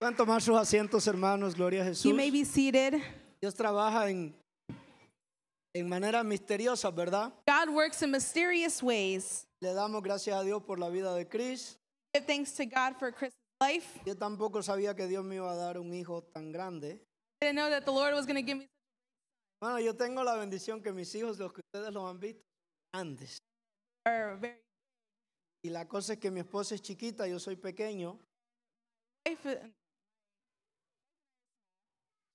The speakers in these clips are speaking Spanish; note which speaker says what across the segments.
Speaker 1: Pueden tomar sus asientos, hermanos, gloria a Jesús.
Speaker 2: You may be seated.
Speaker 1: Dios trabaja en, en maneras misteriosas, ¿verdad?
Speaker 2: God works in mysterious ways.
Speaker 1: Le damos gracias a Dios por la vida de Chris.
Speaker 2: Give thanks to God for Chris's life.
Speaker 1: Yo tampoco sabía que Dios me iba a dar un hijo tan grande.
Speaker 2: didn't know that the Lord was going to give me.
Speaker 1: Bueno, yo tengo la bendición que mis hijos, los que ustedes los han visto, antes.
Speaker 2: Our very
Speaker 1: Y la cosa es que mi esposa es chiquita, yo soy pequeño.
Speaker 2: life. and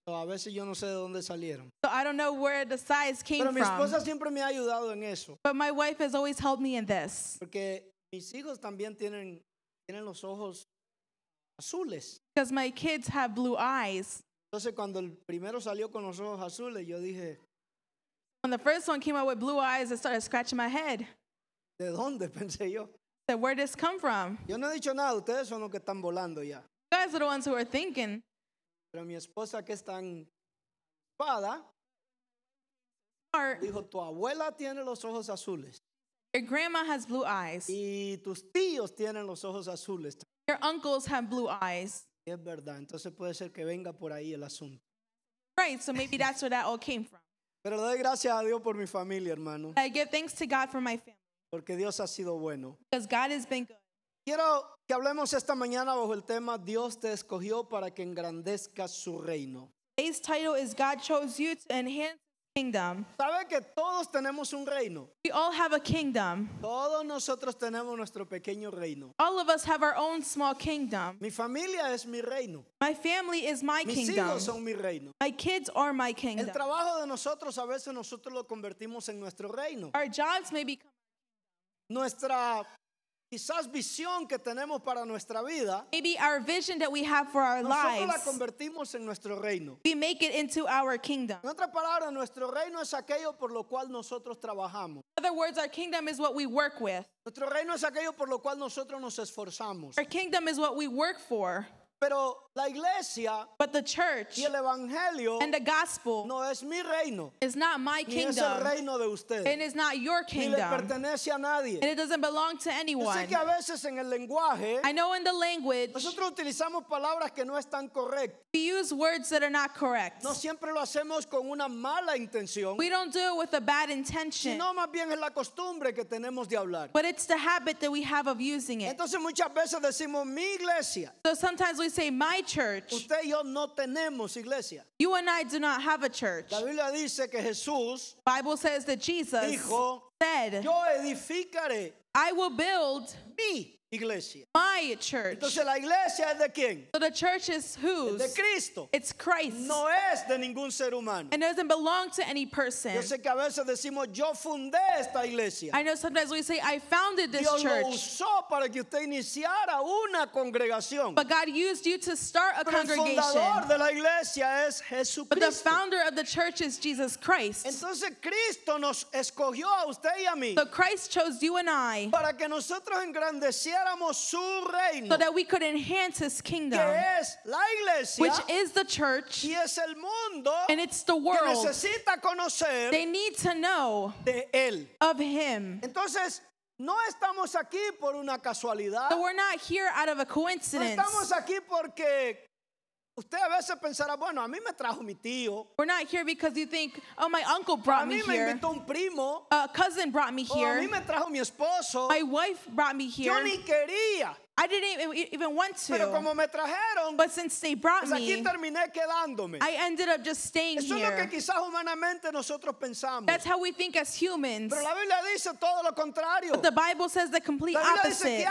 Speaker 1: so A veces yo no sé de dónde salieron.
Speaker 2: So I don't know where the size came
Speaker 1: Pero mi esposa
Speaker 2: from.
Speaker 1: siempre me ha ayudado en eso.
Speaker 2: But my wife has always helped me in this
Speaker 1: Porque mis hijos también tienen, tienen los ojos azules.
Speaker 2: because my kids have blue eyes.
Speaker 1: Entonces cuando el primero salió con los ojos azules, yo dije,
Speaker 2: When the first one came out with blue eyes, I started scratching my head.
Speaker 1: ¿de dónde? Pensé yo.
Speaker 2: I said, where did this come from?
Speaker 1: Yo no he dicho nada, ustedes son los que están volando ya.
Speaker 2: You guys are the ones who are thinking.
Speaker 1: Pero mi esposa que es tan espada,
Speaker 2: Or,
Speaker 1: dijo, tu abuela tiene los ojos azules
Speaker 2: your grandma has blue eyes.
Speaker 1: y tus tíos tienen los ojos azules.
Speaker 2: Your uncles have blue eyes.
Speaker 1: Y Es verdad, entonces puede ser que venga por ahí el asunto.
Speaker 2: Right, so maybe that's where that all came from.
Speaker 1: Pero le doy gracias a Dios por mi familia, hermano,
Speaker 2: I give thanks to God for my family
Speaker 1: porque Dios ha sido bueno.
Speaker 2: because God has been good.
Speaker 1: Quiero que hablemos esta mañana bajo el tema Dios te escogió para que engrandezcas su reino.
Speaker 2: Today's title is God chose you to enhance His kingdom.
Speaker 1: ¿Sabe que todos tenemos un reino?
Speaker 2: We all have a kingdom.
Speaker 1: Todos nosotros tenemos nuestro pequeño reino.
Speaker 2: All of us have our own small kingdom.
Speaker 1: Mi familia es mi reino.
Speaker 2: My family is my
Speaker 1: Mis
Speaker 2: kingdom.
Speaker 1: hijos son mi reino.
Speaker 2: My kids are my
Speaker 1: El
Speaker 2: kingdom.
Speaker 1: trabajo de nosotros a veces nosotros lo convertimos en nuestro reino.
Speaker 2: Our jobs may become
Speaker 1: Nuestra quizás visión que tenemos para nuestra vida,
Speaker 2: maybe our vision that we have for our
Speaker 1: nosotros la
Speaker 2: lives.
Speaker 1: convertimos en nuestro reino.
Speaker 2: We make it into our kingdom.
Speaker 1: En otras palabras, nuestro reino es aquello por lo cual nosotros trabajamos.
Speaker 2: In other words, our kingdom is what we work with.
Speaker 1: Nuestro reino es aquello por lo cual nosotros nos esforzamos.
Speaker 2: Our kingdom is what we work for.
Speaker 1: Pero la iglesia
Speaker 2: But the church
Speaker 1: y el evangelio
Speaker 2: and the gospel
Speaker 1: no es mi reino,
Speaker 2: is not my
Speaker 1: ni es el
Speaker 2: kingdom
Speaker 1: reino de
Speaker 2: and
Speaker 1: ustedes,
Speaker 2: it's not your
Speaker 1: ni le
Speaker 2: kingdom and
Speaker 1: pertenece a nadie.
Speaker 2: it doesn't belong to
Speaker 1: Yo sé
Speaker 2: anyone.
Speaker 1: que a veces en el lenguaje
Speaker 2: I know in the language
Speaker 1: nosotros utilizamos palabras que no están correctas.
Speaker 2: we use words that are not correct.
Speaker 1: No siempre lo hacemos con una mala intención,
Speaker 2: We don't do it with a bad intention,
Speaker 1: sino más bien es la costumbre que tenemos de hablar.
Speaker 2: but it's the habit that we have of using it.
Speaker 1: Entonces muchas veces decimos mi iglesia.
Speaker 2: So sometimes we say, My church.
Speaker 1: Usted y yo no tenemos iglesia.
Speaker 2: You and I do not have a church.
Speaker 1: La Biblia dice que Jesús
Speaker 2: Bible says that Jesus
Speaker 1: dijo,
Speaker 2: said,
Speaker 1: yo edificaré
Speaker 2: I will build
Speaker 1: mi iglesia.
Speaker 2: my church.
Speaker 1: Entonces la iglesia es de quién?
Speaker 2: So the church is
Speaker 1: De
Speaker 2: whose?
Speaker 1: Cristo.
Speaker 2: It's Christ.
Speaker 1: No es de ningún ser humano.
Speaker 2: And doesn't belong to any person.
Speaker 1: Yo sé que a veces decimos, yo fundé esta iglesia.
Speaker 2: I know sometimes we say, I founded this
Speaker 1: Dios lo
Speaker 2: church,
Speaker 1: usó para que usted iniciara una congregación.
Speaker 2: but God used you to start a
Speaker 1: Pero el fundador
Speaker 2: congregation.
Speaker 1: de la iglesia es
Speaker 2: But the
Speaker 1: Jesucristo.
Speaker 2: founder of the church is Jesus Christ.
Speaker 1: Entonces Cristo nos escogió a usted y a mí
Speaker 2: So Christ chose you and I
Speaker 1: para que nosotros engrandeciéramos su reino,
Speaker 2: so that we could enhance his kingdom,
Speaker 1: que es la
Speaker 2: which
Speaker 1: iglesia
Speaker 2: is the church
Speaker 1: y es el mundo
Speaker 2: and it's the
Speaker 1: que
Speaker 2: world.
Speaker 1: necesita conocer
Speaker 2: They need to know
Speaker 1: de él.
Speaker 2: of him.
Speaker 1: Entonces, no estamos aquí por una casualidad.
Speaker 2: So we're not here out of
Speaker 1: No
Speaker 2: a coincidence.
Speaker 1: Pues estamos aquí porque usted a veces pensará, bueno, a mí me trajo mi tío,
Speaker 2: We're not here because you think, oh, my uncle
Speaker 1: a
Speaker 2: brought
Speaker 1: mí
Speaker 2: me
Speaker 1: me
Speaker 2: here,
Speaker 1: invitó un primo,
Speaker 2: a cousin brought me
Speaker 1: o a mí
Speaker 2: here,
Speaker 1: me trajo mi esposo.
Speaker 2: my wife brought me
Speaker 1: Yo
Speaker 2: here.
Speaker 1: ni quería,
Speaker 2: I didn't even, e-, even want
Speaker 1: pero
Speaker 2: to.
Speaker 1: como me trajeron,
Speaker 2: But since they brought
Speaker 1: pues aquí
Speaker 2: me,
Speaker 1: terminé quedándome.
Speaker 2: I ended up just staying
Speaker 1: Eso es lo que
Speaker 2: here.
Speaker 1: quizás humanamente nosotros pensamos.
Speaker 2: That's how we think as humans.
Speaker 1: Pero la Biblia dice todo lo contrario.
Speaker 2: But the Bible says the complete
Speaker 1: La Biblia dice
Speaker 2: opposite.
Speaker 1: que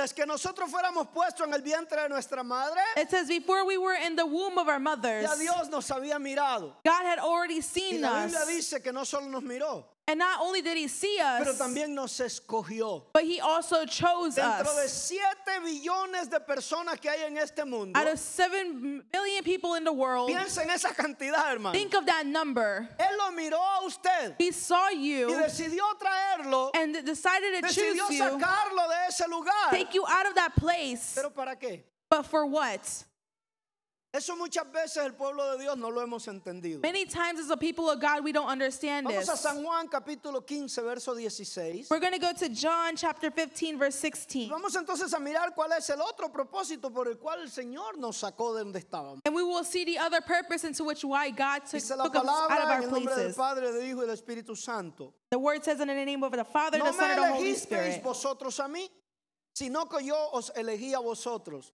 Speaker 1: antes que nosotros fuéramos puestos en el vientre de nuestra madre,
Speaker 2: It says, before we were in the womb of our mothers,
Speaker 1: ya Dios nos había mirado.
Speaker 2: God had already
Speaker 1: Y
Speaker 2: seen
Speaker 1: la Biblia
Speaker 2: us.
Speaker 1: dice que no solo nos miró,
Speaker 2: And not only did He see
Speaker 1: pero
Speaker 2: us,
Speaker 1: también nos escogió.
Speaker 2: but He also chose
Speaker 1: Dentro de
Speaker 2: us.
Speaker 1: 7 billones de personas que hay en este mundo,
Speaker 2: Out of 7 billion people in the world,
Speaker 1: piensa en esa cantidad, hermano.
Speaker 2: think of that number.
Speaker 1: Él lo miró a usted
Speaker 2: He saw
Speaker 1: y
Speaker 2: you
Speaker 1: decidió traerlo,
Speaker 2: and decided to choose
Speaker 1: decidió
Speaker 2: you,
Speaker 1: sacarlo de ese lugar.
Speaker 2: take you out of that place.
Speaker 1: ¿Pero para qué?
Speaker 2: But for what?
Speaker 1: Eso muchas veces el pueblo de Dios no lo hemos entendido.
Speaker 2: Many times, as a people of God, we don't understand
Speaker 1: Vamos
Speaker 2: this.
Speaker 1: a San Juan capítulo 15, verso 16.
Speaker 2: We're going to go to John chapter 15, verse 16.
Speaker 1: Vamos entonces a mirar cuál es el otro propósito por el cual el Señor nos sacó de donde estábamos.
Speaker 2: And we will see the other purpose into which why God took,
Speaker 1: Dice la
Speaker 2: took us out of
Speaker 1: palabra en
Speaker 2: our
Speaker 1: el nombre del
Speaker 2: places.
Speaker 1: Padre, del Hijo y del Espíritu Santo.
Speaker 2: The word says in the name of the Father,
Speaker 1: No
Speaker 2: the
Speaker 1: me
Speaker 2: Son, and the Holy
Speaker 1: elegisteis
Speaker 2: Spirit.
Speaker 1: vosotros a mí, sino que yo os elegí a vosotros.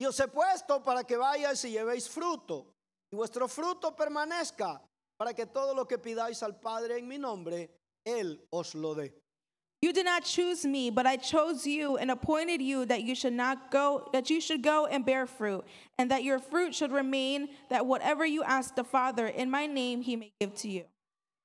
Speaker 1: Y os he puesto para que vayáis y llevéis fruto, y vuestro fruto permanezca, para que todo lo que pidáis al Padre en mi nombre, Él os lo dé.
Speaker 2: You did not choose me, but I chose you and appointed you that you should not go, that you should go and bear fruit, and that your fruit should remain, that whatever you ask the Father in my name, he may give to you.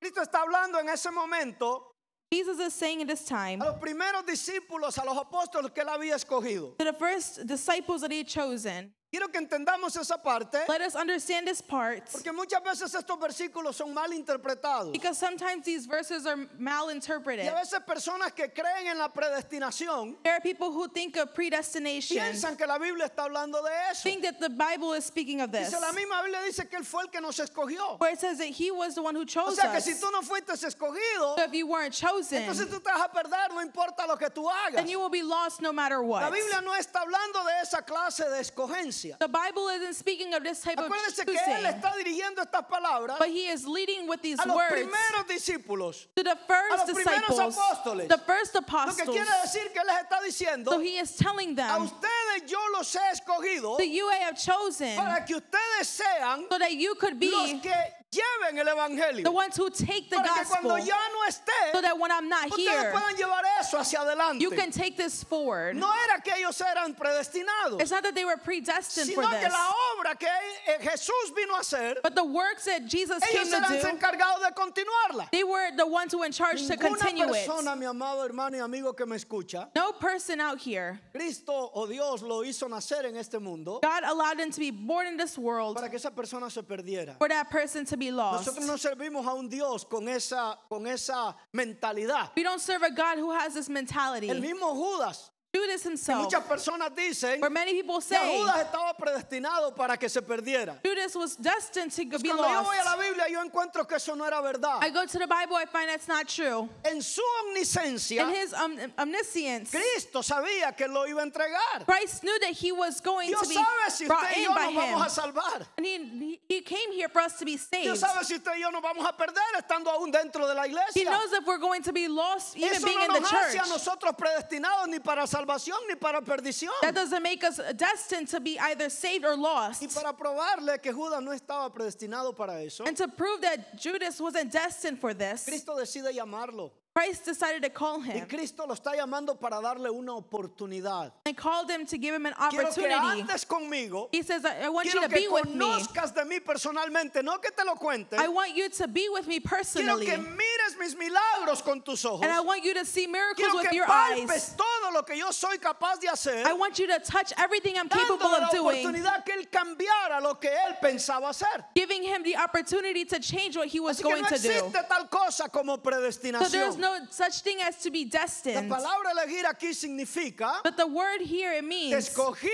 Speaker 1: Cristo está hablando en ese momento
Speaker 2: Jesus is saying in this time
Speaker 1: a los primeros discípulos, a los apóstoles que él había escogido.
Speaker 2: to the first disciples that he had chosen,
Speaker 1: Quiero que entendamos esa parte,
Speaker 2: let us understand this part,
Speaker 1: porque muchas veces estos versículos son mal interpretados.
Speaker 2: because sometimes these verses are
Speaker 1: Y
Speaker 2: malinterpreted.
Speaker 1: a veces personas que creen en la predestinación
Speaker 2: There are people who think of predestination,
Speaker 1: piensan que la Biblia está hablando de eso.
Speaker 2: think that the Bible is speaking of this,
Speaker 1: Dice la misma Biblia dice que él fue el que nos escogió.
Speaker 2: where it says that he was the one who
Speaker 1: O
Speaker 2: chose
Speaker 1: sea que
Speaker 2: us.
Speaker 1: si tú no fuiste escogido,
Speaker 2: So if you weren't chosen,
Speaker 1: entonces tú te vas a perder, no importa lo que tú hagas.
Speaker 2: then you will be lost no matter
Speaker 1: La
Speaker 2: what.
Speaker 1: Biblia no está hablando de esa clase de escogencia.
Speaker 2: The Bible isn't speaking of this type of
Speaker 1: Acuérdense que él
Speaker 2: choosing,
Speaker 1: está dirigiendo estas palabras
Speaker 2: but he is leading with these
Speaker 1: a los
Speaker 2: words
Speaker 1: primeros discípulos.
Speaker 2: to the first
Speaker 1: los primeros
Speaker 2: disciples,
Speaker 1: apóstoles.
Speaker 2: the first
Speaker 1: Lo que
Speaker 2: apostles.
Speaker 1: quiere decir que él les está diciendo,
Speaker 2: So he is telling
Speaker 1: a
Speaker 2: them
Speaker 1: ustedes yo los he escogido
Speaker 2: that you have chosen
Speaker 1: para que ustedes sean
Speaker 2: so that you could
Speaker 1: los
Speaker 2: be
Speaker 1: que lleven el
Speaker 2: the
Speaker 1: evangelio.
Speaker 2: ones who take the
Speaker 1: Para que
Speaker 2: gospel
Speaker 1: cuando ya no
Speaker 2: so
Speaker 1: esté,
Speaker 2: that when I'm not
Speaker 1: ustedes
Speaker 2: here,
Speaker 1: puedan llevar eso hacia
Speaker 2: you can
Speaker 1: adelante.
Speaker 2: take this forward.
Speaker 1: No era que ellos eran predestinados,
Speaker 2: It's not that they were predestined for
Speaker 1: sino que
Speaker 2: this,
Speaker 1: la obra que eh, Jesús vino a hacer,
Speaker 2: but the works that Jesus came
Speaker 1: ellos eran
Speaker 2: to do,
Speaker 1: encargados de continuarla.
Speaker 2: they were the ones who were in charge to
Speaker 1: Ninguna
Speaker 2: continue it.
Speaker 1: persona, mi amado hermano y amigo que me escucha,
Speaker 2: No person out here
Speaker 1: Cristo o Dios lo hizo nacer en este mundo
Speaker 2: God allowed them to be born in this world
Speaker 1: para que esa persona se perdiera.
Speaker 2: for that person to be lost.
Speaker 1: Nosotros no servimos a un Dios con esa, con esa mentalidad.
Speaker 2: We don't serve a God who has this
Speaker 1: El
Speaker 2: mentality.
Speaker 1: mismo Judas,
Speaker 2: Judas himself,
Speaker 1: muchas personas dicen
Speaker 2: where many people
Speaker 1: que
Speaker 2: say
Speaker 1: Judas estaba predestinado para que se perdiera.
Speaker 2: Judas was destined to be
Speaker 1: Cuando yo voy a la
Speaker 2: lost.
Speaker 1: Biblia, yo encuentro que eso no era verdad.
Speaker 2: I go to the Bible, I find that's not true.
Speaker 1: En su omnisencia,
Speaker 2: In his om- omniscience,
Speaker 1: Cristo sabía que lo iba a entregar.
Speaker 2: Christ knew that he was going
Speaker 1: Dios
Speaker 2: to
Speaker 1: sabe si usted
Speaker 2: be brought
Speaker 1: y
Speaker 2: in
Speaker 1: yo
Speaker 2: by
Speaker 1: nos vamos a
Speaker 2: him.
Speaker 1: salvar.
Speaker 2: And he, he came here for us to be
Speaker 1: Dios
Speaker 2: saved.
Speaker 1: sabe si usted y yo nos vamos a perder estando aún dentro de la
Speaker 2: He
Speaker 1: iglesia.
Speaker 2: knows if we're going to be lost, even
Speaker 1: Eso
Speaker 2: being in
Speaker 1: no
Speaker 2: the
Speaker 1: nos hace a
Speaker 2: church.
Speaker 1: nosotros predestinados ni para salvación ni para perdición.
Speaker 2: That doesn't make us destined to be either saved or lost.
Speaker 1: Y para probarle que Judas no estaba predestinado para eso,
Speaker 2: And to prove that Judas wasn't destined for this,
Speaker 1: Cristo decide llamarlo.
Speaker 2: Christ decided to call
Speaker 1: Y
Speaker 2: him
Speaker 1: Cristo lo está llamando para darle una oportunidad.
Speaker 2: and called him to give him an
Speaker 1: Quiero que
Speaker 2: opportunity.
Speaker 1: andes conmigo.
Speaker 2: He says, I I want you
Speaker 1: Quiero
Speaker 2: to
Speaker 1: que
Speaker 2: be with me.
Speaker 1: conozcas de mí personalmente, no que te lo cuente.
Speaker 2: I want you to be with me
Speaker 1: Quiero
Speaker 2: personally.
Speaker 1: que
Speaker 2: And
Speaker 1: mires mis milagros con tus ojos.
Speaker 2: I want you to see miracles
Speaker 1: Quiero
Speaker 2: with
Speaker 1: que
Speaker 2: your
Speaker 1: palpes
Speaker 2: eyes.
Speaker 1: todo lo que yo soy capaz de hacer.
Speaker 2: I want you to touch everything I'm capable
Speaker 1: Dándole la
Speaker 2: of doing,
Speaker 1: oportunidad que él cambiara lo que él pensaba hacer.
Speaker 2: giving him the opportunity to change what he was
Speaker 1: Así que
Speaker 2: going
Speaker 1: no
Speaker 2: to do.
Speaker 1: existe tal cosa como
Speaker 2: So there's
Speaker 1: predestinación.
Speaker 2: no such thing as to be
Speaker 1: La
Speaker 2: destined.
Speaker 1: palabra elegir aquí significa
Speaker 2: But the word here, it
Speaker 1: te
Speaker 2: means
Speaker 1: escogí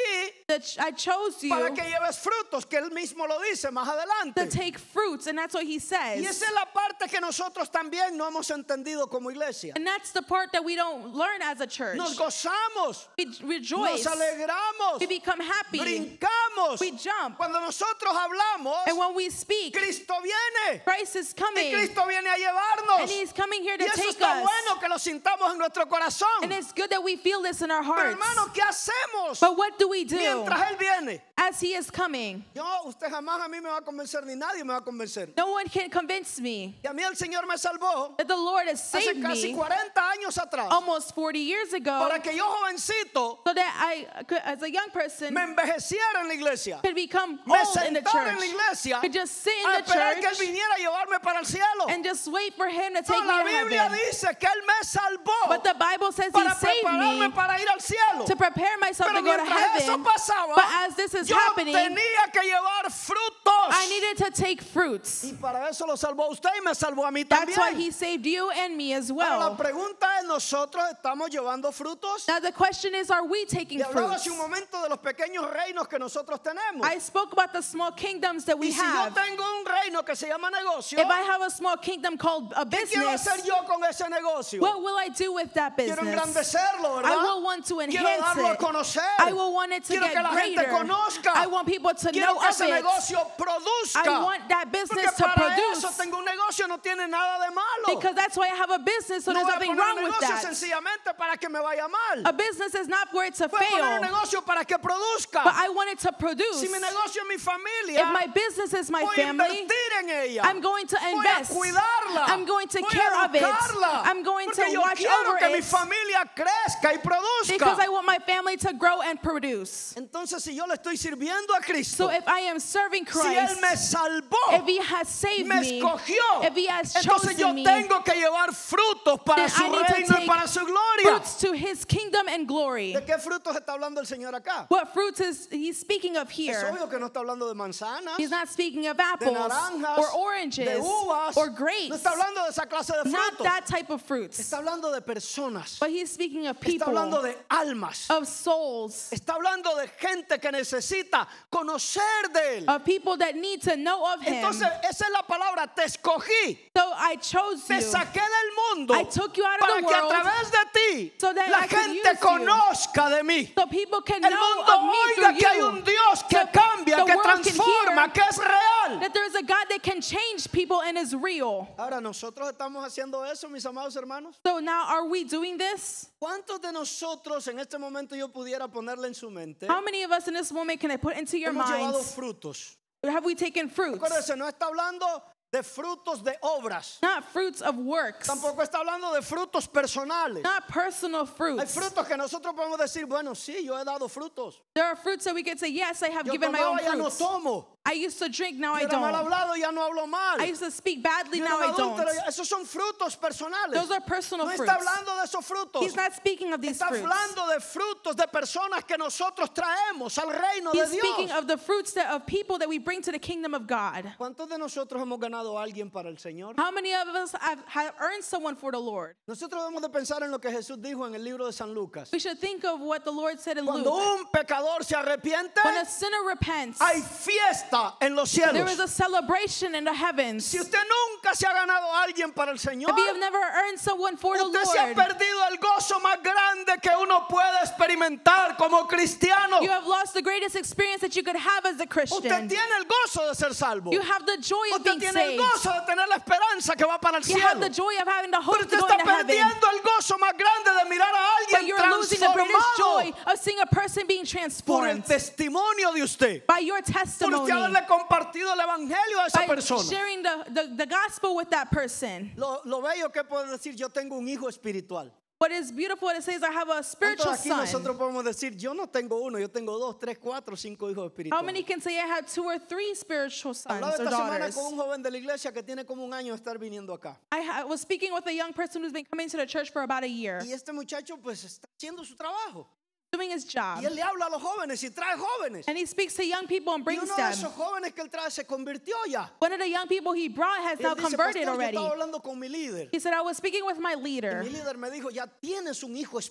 Speaker 2: that I chose
Speaker 1: para
Speaker 2: you
Speaker 1: que lleves frutos, que él mismo lo dice más
Speaker 2: to
Speaker 1: adelante.
Speaker 2: take fruits, and that's what he says.
Speaker 1: Y esa es la parte que nosotros también no hemos entendido como iglesia.
Speaker 2: And that's the part that we don't learn as a church.
Speaker 1: Nos gozamos,
Speaker 2: We rejoice.
Speaker 1: nos alegramos,
Speaker 2: Pues, We become happy.
Speaker 1: brincamos.
Speaker 2: We jump.
Speaker 1: Cuando nosotros hablamos,
Speaker 2: And when we speak,
Speaker 1: Cristo viene.
Speaker 2: Christ is
Speaker 1: Y
Speaker 2: coming.
Speaker 1: Cristo viene a
Speaker 2: And
Speaker 1: llevarnos.
Speaker 2: he's coming here
Speaker 1: Y
Speaker 2: to
Speaker 1: eso
Speaker 2: take
Speaker 1: está
Speaker 2: us.
Speaker 1: bueno que lo sintamos en nuestro corazón.
Speaker 2: And it's good that we feel this in our
Speaker 1: Pero
Speaker 2: hearts.
Speaker 1: hermano, ¿qué hacemos
Speaker 2: But what do we do
Speaker 1: mientras Él viene?
Speaker 2: as he is coming?
Speaker 1: Yo, usted jamás a mí me va a convencer, ni nadie me va a convencer.
Speaker 2: No one can convince me
Speaker 1: Y a mí el Señor me salvó
Speaker 2: that the Lord has
Speaker 1: hace
Speaker 2: saved
Speaker 1: casi
Speaker 2: me Oh,
Speaker 1: 40 años atrás
Speaker 2: almost 40 years ago
Speaker 1: para que yo jovencito
Speaker 2: so that I, could, as a young person,
Speaker 1: me envejeciera en la iglesia.
Speaker 2: could become
Speaker 1: Me
Speaker 2: old in the
Speaker 1: sentara en la
Speaker 2: church.
Speaker 1: iglesia
Speaker 2: Could just sit
Speaker 1: a
Speaker 2: in the
Speaker 1: esperar que Él
Speaker 2: church
Speaker 1: viniera a llevarme para el cielo.
Speaker 2: and just wait for him
Speaker 1: No,
Speaker 2: to take
Speaker 1: la
Speaker 2: me to
Speaker 1: Biblia
Speaker 2: heaven.
Speaker 1: dice que Él me salvó
Speaker 2: But the Bible says he
Speaker 1: para
Speaker 2: saved
Speaker 1: prepararme
Speaker 2: me
Speaker 1: para ir al cielo.
Speaker 2: to prepare myself
Speaker 1: Pero
Speaker 2: to go to
Speaker 1: mientras eso
Speaker 2: heaven.
Speaker 1: pasaba,
Speaker 2: But as this is
Speaker 1: yo Yo
Speaker 2: happening,
Speaker 1: tenía que llevar frutos.
Speaker 2: I needed to take fruits.
Speaker 1: y para eso lo salvó a usted y me salvó a mí
Speaker 2: That's why
Speaker 1: también.
Speaker 2: he saved you and me as
Speaker 1: Ahora la
Speaker 2: well.
Speaker 1: pregunta es, ¿nosotros estamos llevando frutos?
Speaker 2: Now the question is, are we taking
Speaker 1: Y hablaba
Speaker 2: fruits?
Speaker 1: hace un momento de los pequeños reinos que nosotros tenemos.
Speaker 2: I spoke about the small kingdoms that we
Speaker 1: Y si yo
Speaker 2: have.
Speaker 1: tengo un reino que se llama negocio,
Speaker 2: If I have a small kingdom called a
Speaker 1: ¿qué quiero
Speaker 2: business,
Speaker 1: hacer yo con ese negocio?
Speaker 2: what will I do with that
Speaker 1: Quiero
Speaker 2: business?
Speaker 1: engrandecerlo,
Speaker 2: I
Speaker 1: ¿verdad?
Speaker 2: will want to
Speaker 1: Quiero
Speaker 2: enhance
Speaker 1: darlo a
Speaker 2: it.
Speaker 1: conocer.
Speaker 2: I will want it to
Speaker 1: Quiero que
Speaker 2: get
Speaker 1: la gente
Speaker 2: greater.
Speaker 1: conozca.
Speaker 2: I want people to
Speaker 1: Quiero
Speaker 2: know
Speaker 1: que
Speaker 2: of
Speaker 1: ese
Speaker 2: it.
Speaker 1: negocio produzca.
Speaker 2: I want that business
Speaker 1: Porque
Speaker 2: to
Speaker 1: para eso
Speaker 2: produce.
Speaker 1: tengo un negocio, no tiene nada de malo.
Speaker 2: Because that's why I have a business, so
Speaker 1: no
Speaker 2: there's
Speaker 1: voy a
Speaker 2: nothing
Speaker 1: poner un
Speaker 2: wrong with
Speaker 1: negocio
Speaker 2: that.
Speaker 1: sencillamente para que me vaya mal.
Speaker 2: A business is not where it to
Speaker 1: Voy a poner un
Speaker 2: fail,
Speaker 1: negocio para que produzca.
Speaker 2: but I want it to produce.
Speaker 1: si mi
Speaker 2: If
Speaker 1: negocio es mi familia,
Speaker 2: my business is my
Speaker 1: voy a
Speaker 2: family,
Speaker 1: invertir en ella.
Speaker 2: I'm going to
Speaker 1: voy
Speaker 2: invest.
Speaker 1: a cuidarla.
Speaker 2: I'm going to
Speaker 1: voy
Speaker 2: care
Speaker 1: a
Speaker 2: of it.
Speaker 1: educarla.
Speaker 2: I'm going
Speaker 1: Porque
Speaker 2: to
Speaker 1: yo
Speaker 2: watch
Speaker 1: quiero
Speaker 2: over
Speaker 1: que mi
Speaker 2: it
Speaker 1: familia crezca y produzca.
Speaker 2: because I want my family to grow and produce.
Speaker 1: Entonces, si yo le estoy sirviendo a Cristo,
Speaker 2: So if I am serving
Speaker 1: si
Speaker 2: Christ,
Speaker 1: Él me salvó,
Speaker 2: if He has saved
Speaker 1: Oh, me
Speaker 2: me,
Speaker 1: escogió,
Speaker 2: if He has
Speaker 1: entonces yo
Speaker 2: chosen me,
Speaker 1: tengo que llevar frutos para
Speaker 2: then I
Speaker 1: su
Speaker 2: need to
Speaker 1: reino y
Speaker 2: take
Speaker 1: para su gloria.
Speaker 2: fruits to His kingdom and glory.
Speaker 1: ¿De qué frutos está hablando el Señor acá?
Speaker 2: What fruits is He speaking of
Speaker 1: Es
Speaker 2: here?
Speaker 1: obvio que no está hablando de manzanas,
Speaker 2: He's
Speaker 1: de
Speaker 2: not speaking of apples
Speaker 1: naranjas,
Speaker 2: or oranges
Speaker 1: de uvas,
Speaker 2: or
Speaker 1: no está
Speaker 2: grapes.
Speaker 1: hablando de esa clase de
Speaker 2: Not
Speaker 1: frutos.
Speaker 2: that type of fruits.
Speaker 1: Está hablando de personas,
Speaker 2: But he's speaking of
Speaker 1: está hablando
Speaker 2: people,
Speaker 1: de almas,
Speaker 2: of souls,
Speaker 1: está hablando de gente que necesita conocer de Él.
Speaker 2: of people that need to know of him.
Speaker 1: Entonces, esa es la palabra, te escogí.
Speaker 2: So I chose
Speaker 1: Te
Speaker 2: you
Speaker 1: saqué del mundo
Speaker 2: I took you out of
Speaker 1: para
Speaker 2: the
Speaker 1: que a
Speaker 2: world
Speaker 1: través de ti
Speaker 2: so that
Speaker 1: la
Speaker 2: I could
Speaker 1: gente
Speaker 2: use you.
Speaker 1: conozca de mí.
Speaker 2: so people can
Speaker 1: El
Speaker 2: know
Speaker 1: mundo
Speaker 2: of me
Speaker 1: oiga
Speaker 2: through
Speaker 1: que hay
Speaker 2: you.
Speaker 1: un Dios que
Speaker 2: So
Speaker 1: cambia,
Speaker 2: the
Speaker 1: que
Speaker 2: world can
Speaker 1: transforma,
Speaker 2: hear
Speaker 1: que es real.
Speaker 2: That there is a God that can change people and is real.
Speaker 1: Ahora nosotros estamos haciendo eso, mis amados hermanos.
Speaker 2: So now are we doing this?
Speaker 1: ¿Cuántos de nosotros en este momento yo pudiera ponerle en su mente?
Speaker 2: How many of us in this moment can I put into your
Speaker 1: Eh? Hemos llevado
Speaker 2: minds?
Speaker 1: frutos.
Speaker 2: Have we taken fruits?
Speaker 1: Acuérdense, no está hablando de frutos de obras.
Speaker 2: Not fruits of works.
Speaker 1: Tampoco está hablando de frutos personales.
Speaker 2: Not personal
Speaker 1: Hay
Speaker 2: fruits.
Speaker 1: frutos que nosotros podemos decir, bueno, sí, yo he dado frutos.
Speaker 2: There are fruits that we can say, yes, I have
Speaker 1: Yo
Speaker 2: given my own
Speaker 1: tomaba, ya no
Speaker 2: fruits.
Speaker 1: tomo.
Speaker 2: I used to drink, now I
Speaker 1: Yo era mal
Speaker 2: don't.
Speaker 1: hablado, ya no hablo mal.
Speaker 2: I used to speak badly,
Speaker 1: Yo
Speaker 2: now
Speaker 1: era
Speaker 2: I
Speaker 1: adúltero,
Speaker 2: don't.
Speaker 1: Esos son frutos personales.
Speaker 2: Those are personal
Speaker 1: no
Speaker 2: fruits.
Speaker 1: está hablando de esos frutos.
Speaker 2: He's not speaking of these
Speaker 1: está
Speaker 2: fruits.
Speaker 1: hablando de frutos de personas que nosotros traemos al reino
Speaker 2: He's
Speaker 1: de Dios.
Speaker 2: speaking of the fruits that, of people that we bring to the kingdom of God.
Speaker 1: ¿Cuántos de nosotros hemos ganado a alguien para el Señor?
Speaker 2: How many of us have, have earned someone for the Lord?
Speaker 1: Nosotros debemos de pensar en lo que Jesús dijo en el libro de San Lucas.
Speaker 2: We should think of what the Lord said in
Speaker 1: Cuando
Speaker 2: Luke.
Speaker 1: un pecador se arrepiente,
Speaker 2: When a sinner repents,
Speaker 1: hay fiesta en los
Speaker 2: there is
Speaker 1: cielos.
Speaker 2: a celebration in the heavens.
Speaker 1: Si usted nunca se ha ganado a alguien para el Señor,
Speaker 2: If you have never earned someone for the
Speaker 1: Usted se ha
Speaker 2: Lord,
Speaker 1: perdido el gozo más grande que uno puede experimentar como cristiano.
Speaker 2: you have lost the greatest experience that you could have as a
Speaker 1: Usted
Speaker 2: Christian.
Speaker 1: tiene el gozo de ser salvo.
Speaker 2: You have the joy of
Speaker 1: Usted
Speaker 2: being
Speaker 1: tiene el
Speaker 2: saved.
Speaker 1: gozo de tener la esperanza que va para el
Speaker 2: You have
Speaker 1: cielo.
Speaker 2: the joy of having the hope
Speaker 1: Pero
Speaker 2: to
Speaker 1: usted
Speaker 2: go
Speaker 1: está
Speaker 2: into heaven.
Speaker 1: perdiendo el gozo más grande de mirar a
Speaker 2: But
Speaker 1: alguien
Speaker 2: you're losing the greatest joy
Speaker 1: transformado
Speaker 2: of seeing a person being
Speaker 1: por el
Speaker 2: transformed
Speaker 1: testimonio de usted.
Speaker 2: by your
Speaker 1: Por
Speaker 2: testimony,
Speaker 1: usted haberle compartido el evangelio a esa
Speaker 2: by
Speaker 1: persona.
Speaker 2: sharing the, the, the gospel with that person.
Speaker 1: Lo, lo bello que puedo decir, yo tengo un hijo espiritual.
Speaker 2: What is beautiful it says I have a
Speaker 1: ¿Cuántos
Speaker 2: spiritual
Speaker 1: aquí
Speaker 2: son.
Speaker 1: nosotros podemos decir, yo no tengo uno, yo tengo dos, tres, cuatro, cinco hijos
Speaker 2: How
Speaker 1: espirituales.
Speaker 2: many can say I have two or three spiritual
Speaker 1: Hablaba
Speaker 2: sons
Speaker 1: esta
Speaker 2: or
Speaker 1: semana
Speaker 2: daughters?
Speaker 1: con un joven de la iglesia que tiene como un año de estar viniendo acá.
Speaker 2: I ha- was speaking with a young person who's been coming to the church for about a year,
Speaker 1: Y este muchacho pues está haciendo su trabajo.
Speaker 2: doing his job.
Speaker 1: Y él le habla a los jóvenes y trae jóvenes.
Speaker 2: And he speaks to young people and
Speaker 1: Y
Speaker 2: brings
Speaker 1: uno de
Speaker 2: them.
Speaker 1: esos jóvenes que él trae se convirtió ya.
Speaker 2: One of the young people he brought has
Speaker 1: Él
Speaker 2: now
Speaker 1: dice, "Pastor,
Speaker 2: converted
Speaker 1: yo
Speaker 2: already.
Speaker 1: estaba hablando con mi líder.
Speaker 2: He said, I was speaking with my
Speaker 1: Y
Speaker 2: leader.
Speaker 1: mi líder me dijo, ya tienes un hijo
Speaker 2: And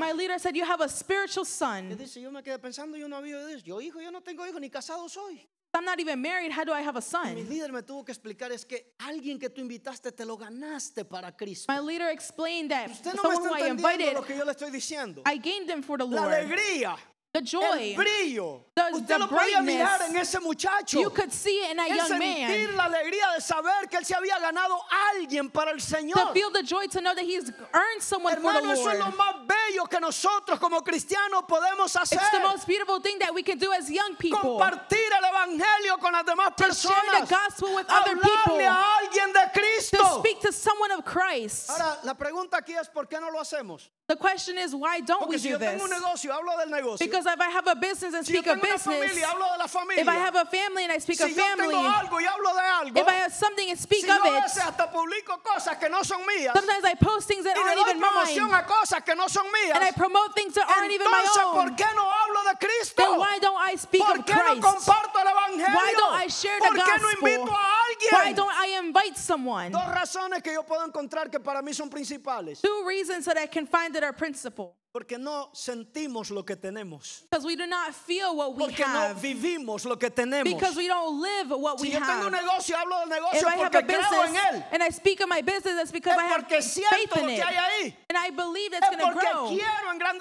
Speaker 2: my
Speaker 1: espiritual.
Speaker 2: leader said, You have a spiritual
Speaker 1: Él
Speaker 2: son.
Speaker 1: dice, yo me quedé pensando, yo no había oído eso. Yo hijo, yo no tengo hijo, ni casado soy.
Speaker 2: I'm not even married. How do I have a
Speaker 1: Mi
Speaker 2: son?
Speaker 1: líder me tuvo que explicar, es que alguien que tú invitaste te lo ganaste para Cristo.
Speaker 2: My leader explained that
Speaker 1: Usted no me
Speaker 2: someone who
Speaker 1: está
Speaker 2: I
Speaker 1: entendiendo
Speaker 2: invited,
Speaker 1: lo que yo le estoy diciendo.
Speaker 2: I gained them for the
Speaker 1: La
Speaker 2: Lord.
Speaker 1: alegría.
Speaker 2: The
Speaker 1: el
Speaker 2: joy.
Speaker 1: brillo.
Speaker 2: The-
Speaker 1: Usted
Speaker 2: the
Speaker 1: lo podía
Speaker 2: brightness.
Speaker 1: mirar en ese muchacho.
Speaker 2: You could see it in that
Speaker 1: el
Speaker 2: young
Speaker 1: sentir
Speaker 2: man.
Speaker 1: la alegría de saber que él se había ganado a alguien para el
Speaker 2: To
Speaker 1: Señor.
Speaker 2: feel the joy to know that he's earned someone for the
Speaker 1: Hermano, eso es lo
Speaker 2: Lord.
Speaker 1: más bello que nosotros como cristianos podemos hacer.
Speaker 2: It's the most beautiful thing that we can do as young people.
Speaker 1: Compartir el evangelio con las demás
Speaker 2: To share the
Speaker 1: personas.
Speaker 2: gospel with other
Speaker 1: Hablarle
Speaker 2: people.
Speaker 1: a alguien de
Speaker 2: To
Speaker 1: Cristo.
Speaker 2: speak to someone of Christ.
Speaker 1: Ahora, la pregunta aquí es ¿por qué no lo hacemos?
Speaker 2: The question is, why don't
Speaker 1: Porque
Speaker 2: we
Speaker 1: si
Speaker 2: do
Speaker 1: yo tengo
Speaker 2: this?
Speaker 1: un negocio, hablo del negocio.
Speaker 2: Because if I have a business and
Speaker 1: Si yo
Speaker 2: speak of
Speaker 1: tengo una
Speaker 2: business,
Speaker 1: familia, hablo de la
Speaker 2: if I
Speaker 1: familia.
Speaker 2: have a family and I speak of
Speaker 1: Si yo
Speaker 2: family,
Speaker 1: tengo algo y hablo de algo.
Speaker 2: if I have something and speak
Speaker 1: si
Speaker 2: of
Speaker 1: yo a veces
Speaker 2: it,
Speaker 1: hasta publico cosas que no son mías.
Speaker 2: sometimes I post things that
Speaker 1: y le
Speaker 2: aren't
Speaker 1: doy
Speaker 2: even
Speaker 1: promoción
Speaker 2: mine,
Speaker 1: a cosas que no son mías.
Speaker 2: and I promote things that aren't even
Speaker 1: Entonces,
Speaker 2: my
Speaker 1: ¿por
Speaker 2: own.
Speaker 1: qué no hablo de Cristo?
Speaker 2: Then why don't I speak
Speaker 1: ¿Por
Speaker 2: of
Speaker 1: qué no
Speaker 2: Christ?
Speaker 1: comparto el evangelio?
Speaker 2: Why don't I share the
Speaker 1: ¿Por qué no invito
Speaker 2: gospel?
Speaker 1: a
Speaker 2: Why
Speaker 1: alguien?
Speaker 2: don't I invite someone?
Speaker 1: Dos razones que yo puedo encontrar que para mí son principales.
Speaker 2: Two reasons that I can find that are principal.
Speaker 1: Porque no sentimos lo que tenemos.
Speaker 2: Because we do not feel what we
Speaker 1: Porque no
Speaker 2: have.
Speaker 1: vivimos lo que tenemos.
Speaker 2: Because we don't live what
Speaker 1: Si
Speaker 2: we
Speaker 1: yo tengo un
Speaker 2: have.
Speaker 1: negocio, hablo del
Speaker 2: If
Speaker 1: negocio
Speaker 2: I have a
Speaker 1: porque creo en
Speaker 2: business
Speaker 1: él.
Speaker 2: and I speak of my business, that's because I
Speaker 1: Es
Speaker 2: have
Speaker 1: porque
Speaker 2: faith
Speaker 1: siento lo
Speaker 2: in
Speaker 1: que
Speaker 2: it.
Speaker 1: hay ahí.
Speaker 2: And I believe that's
Speaker 1: Es
Speaker 2: going to
Speaker 1: porque
Speaker 2: grow.
Speaker 1: quiero
Speaker 2: And I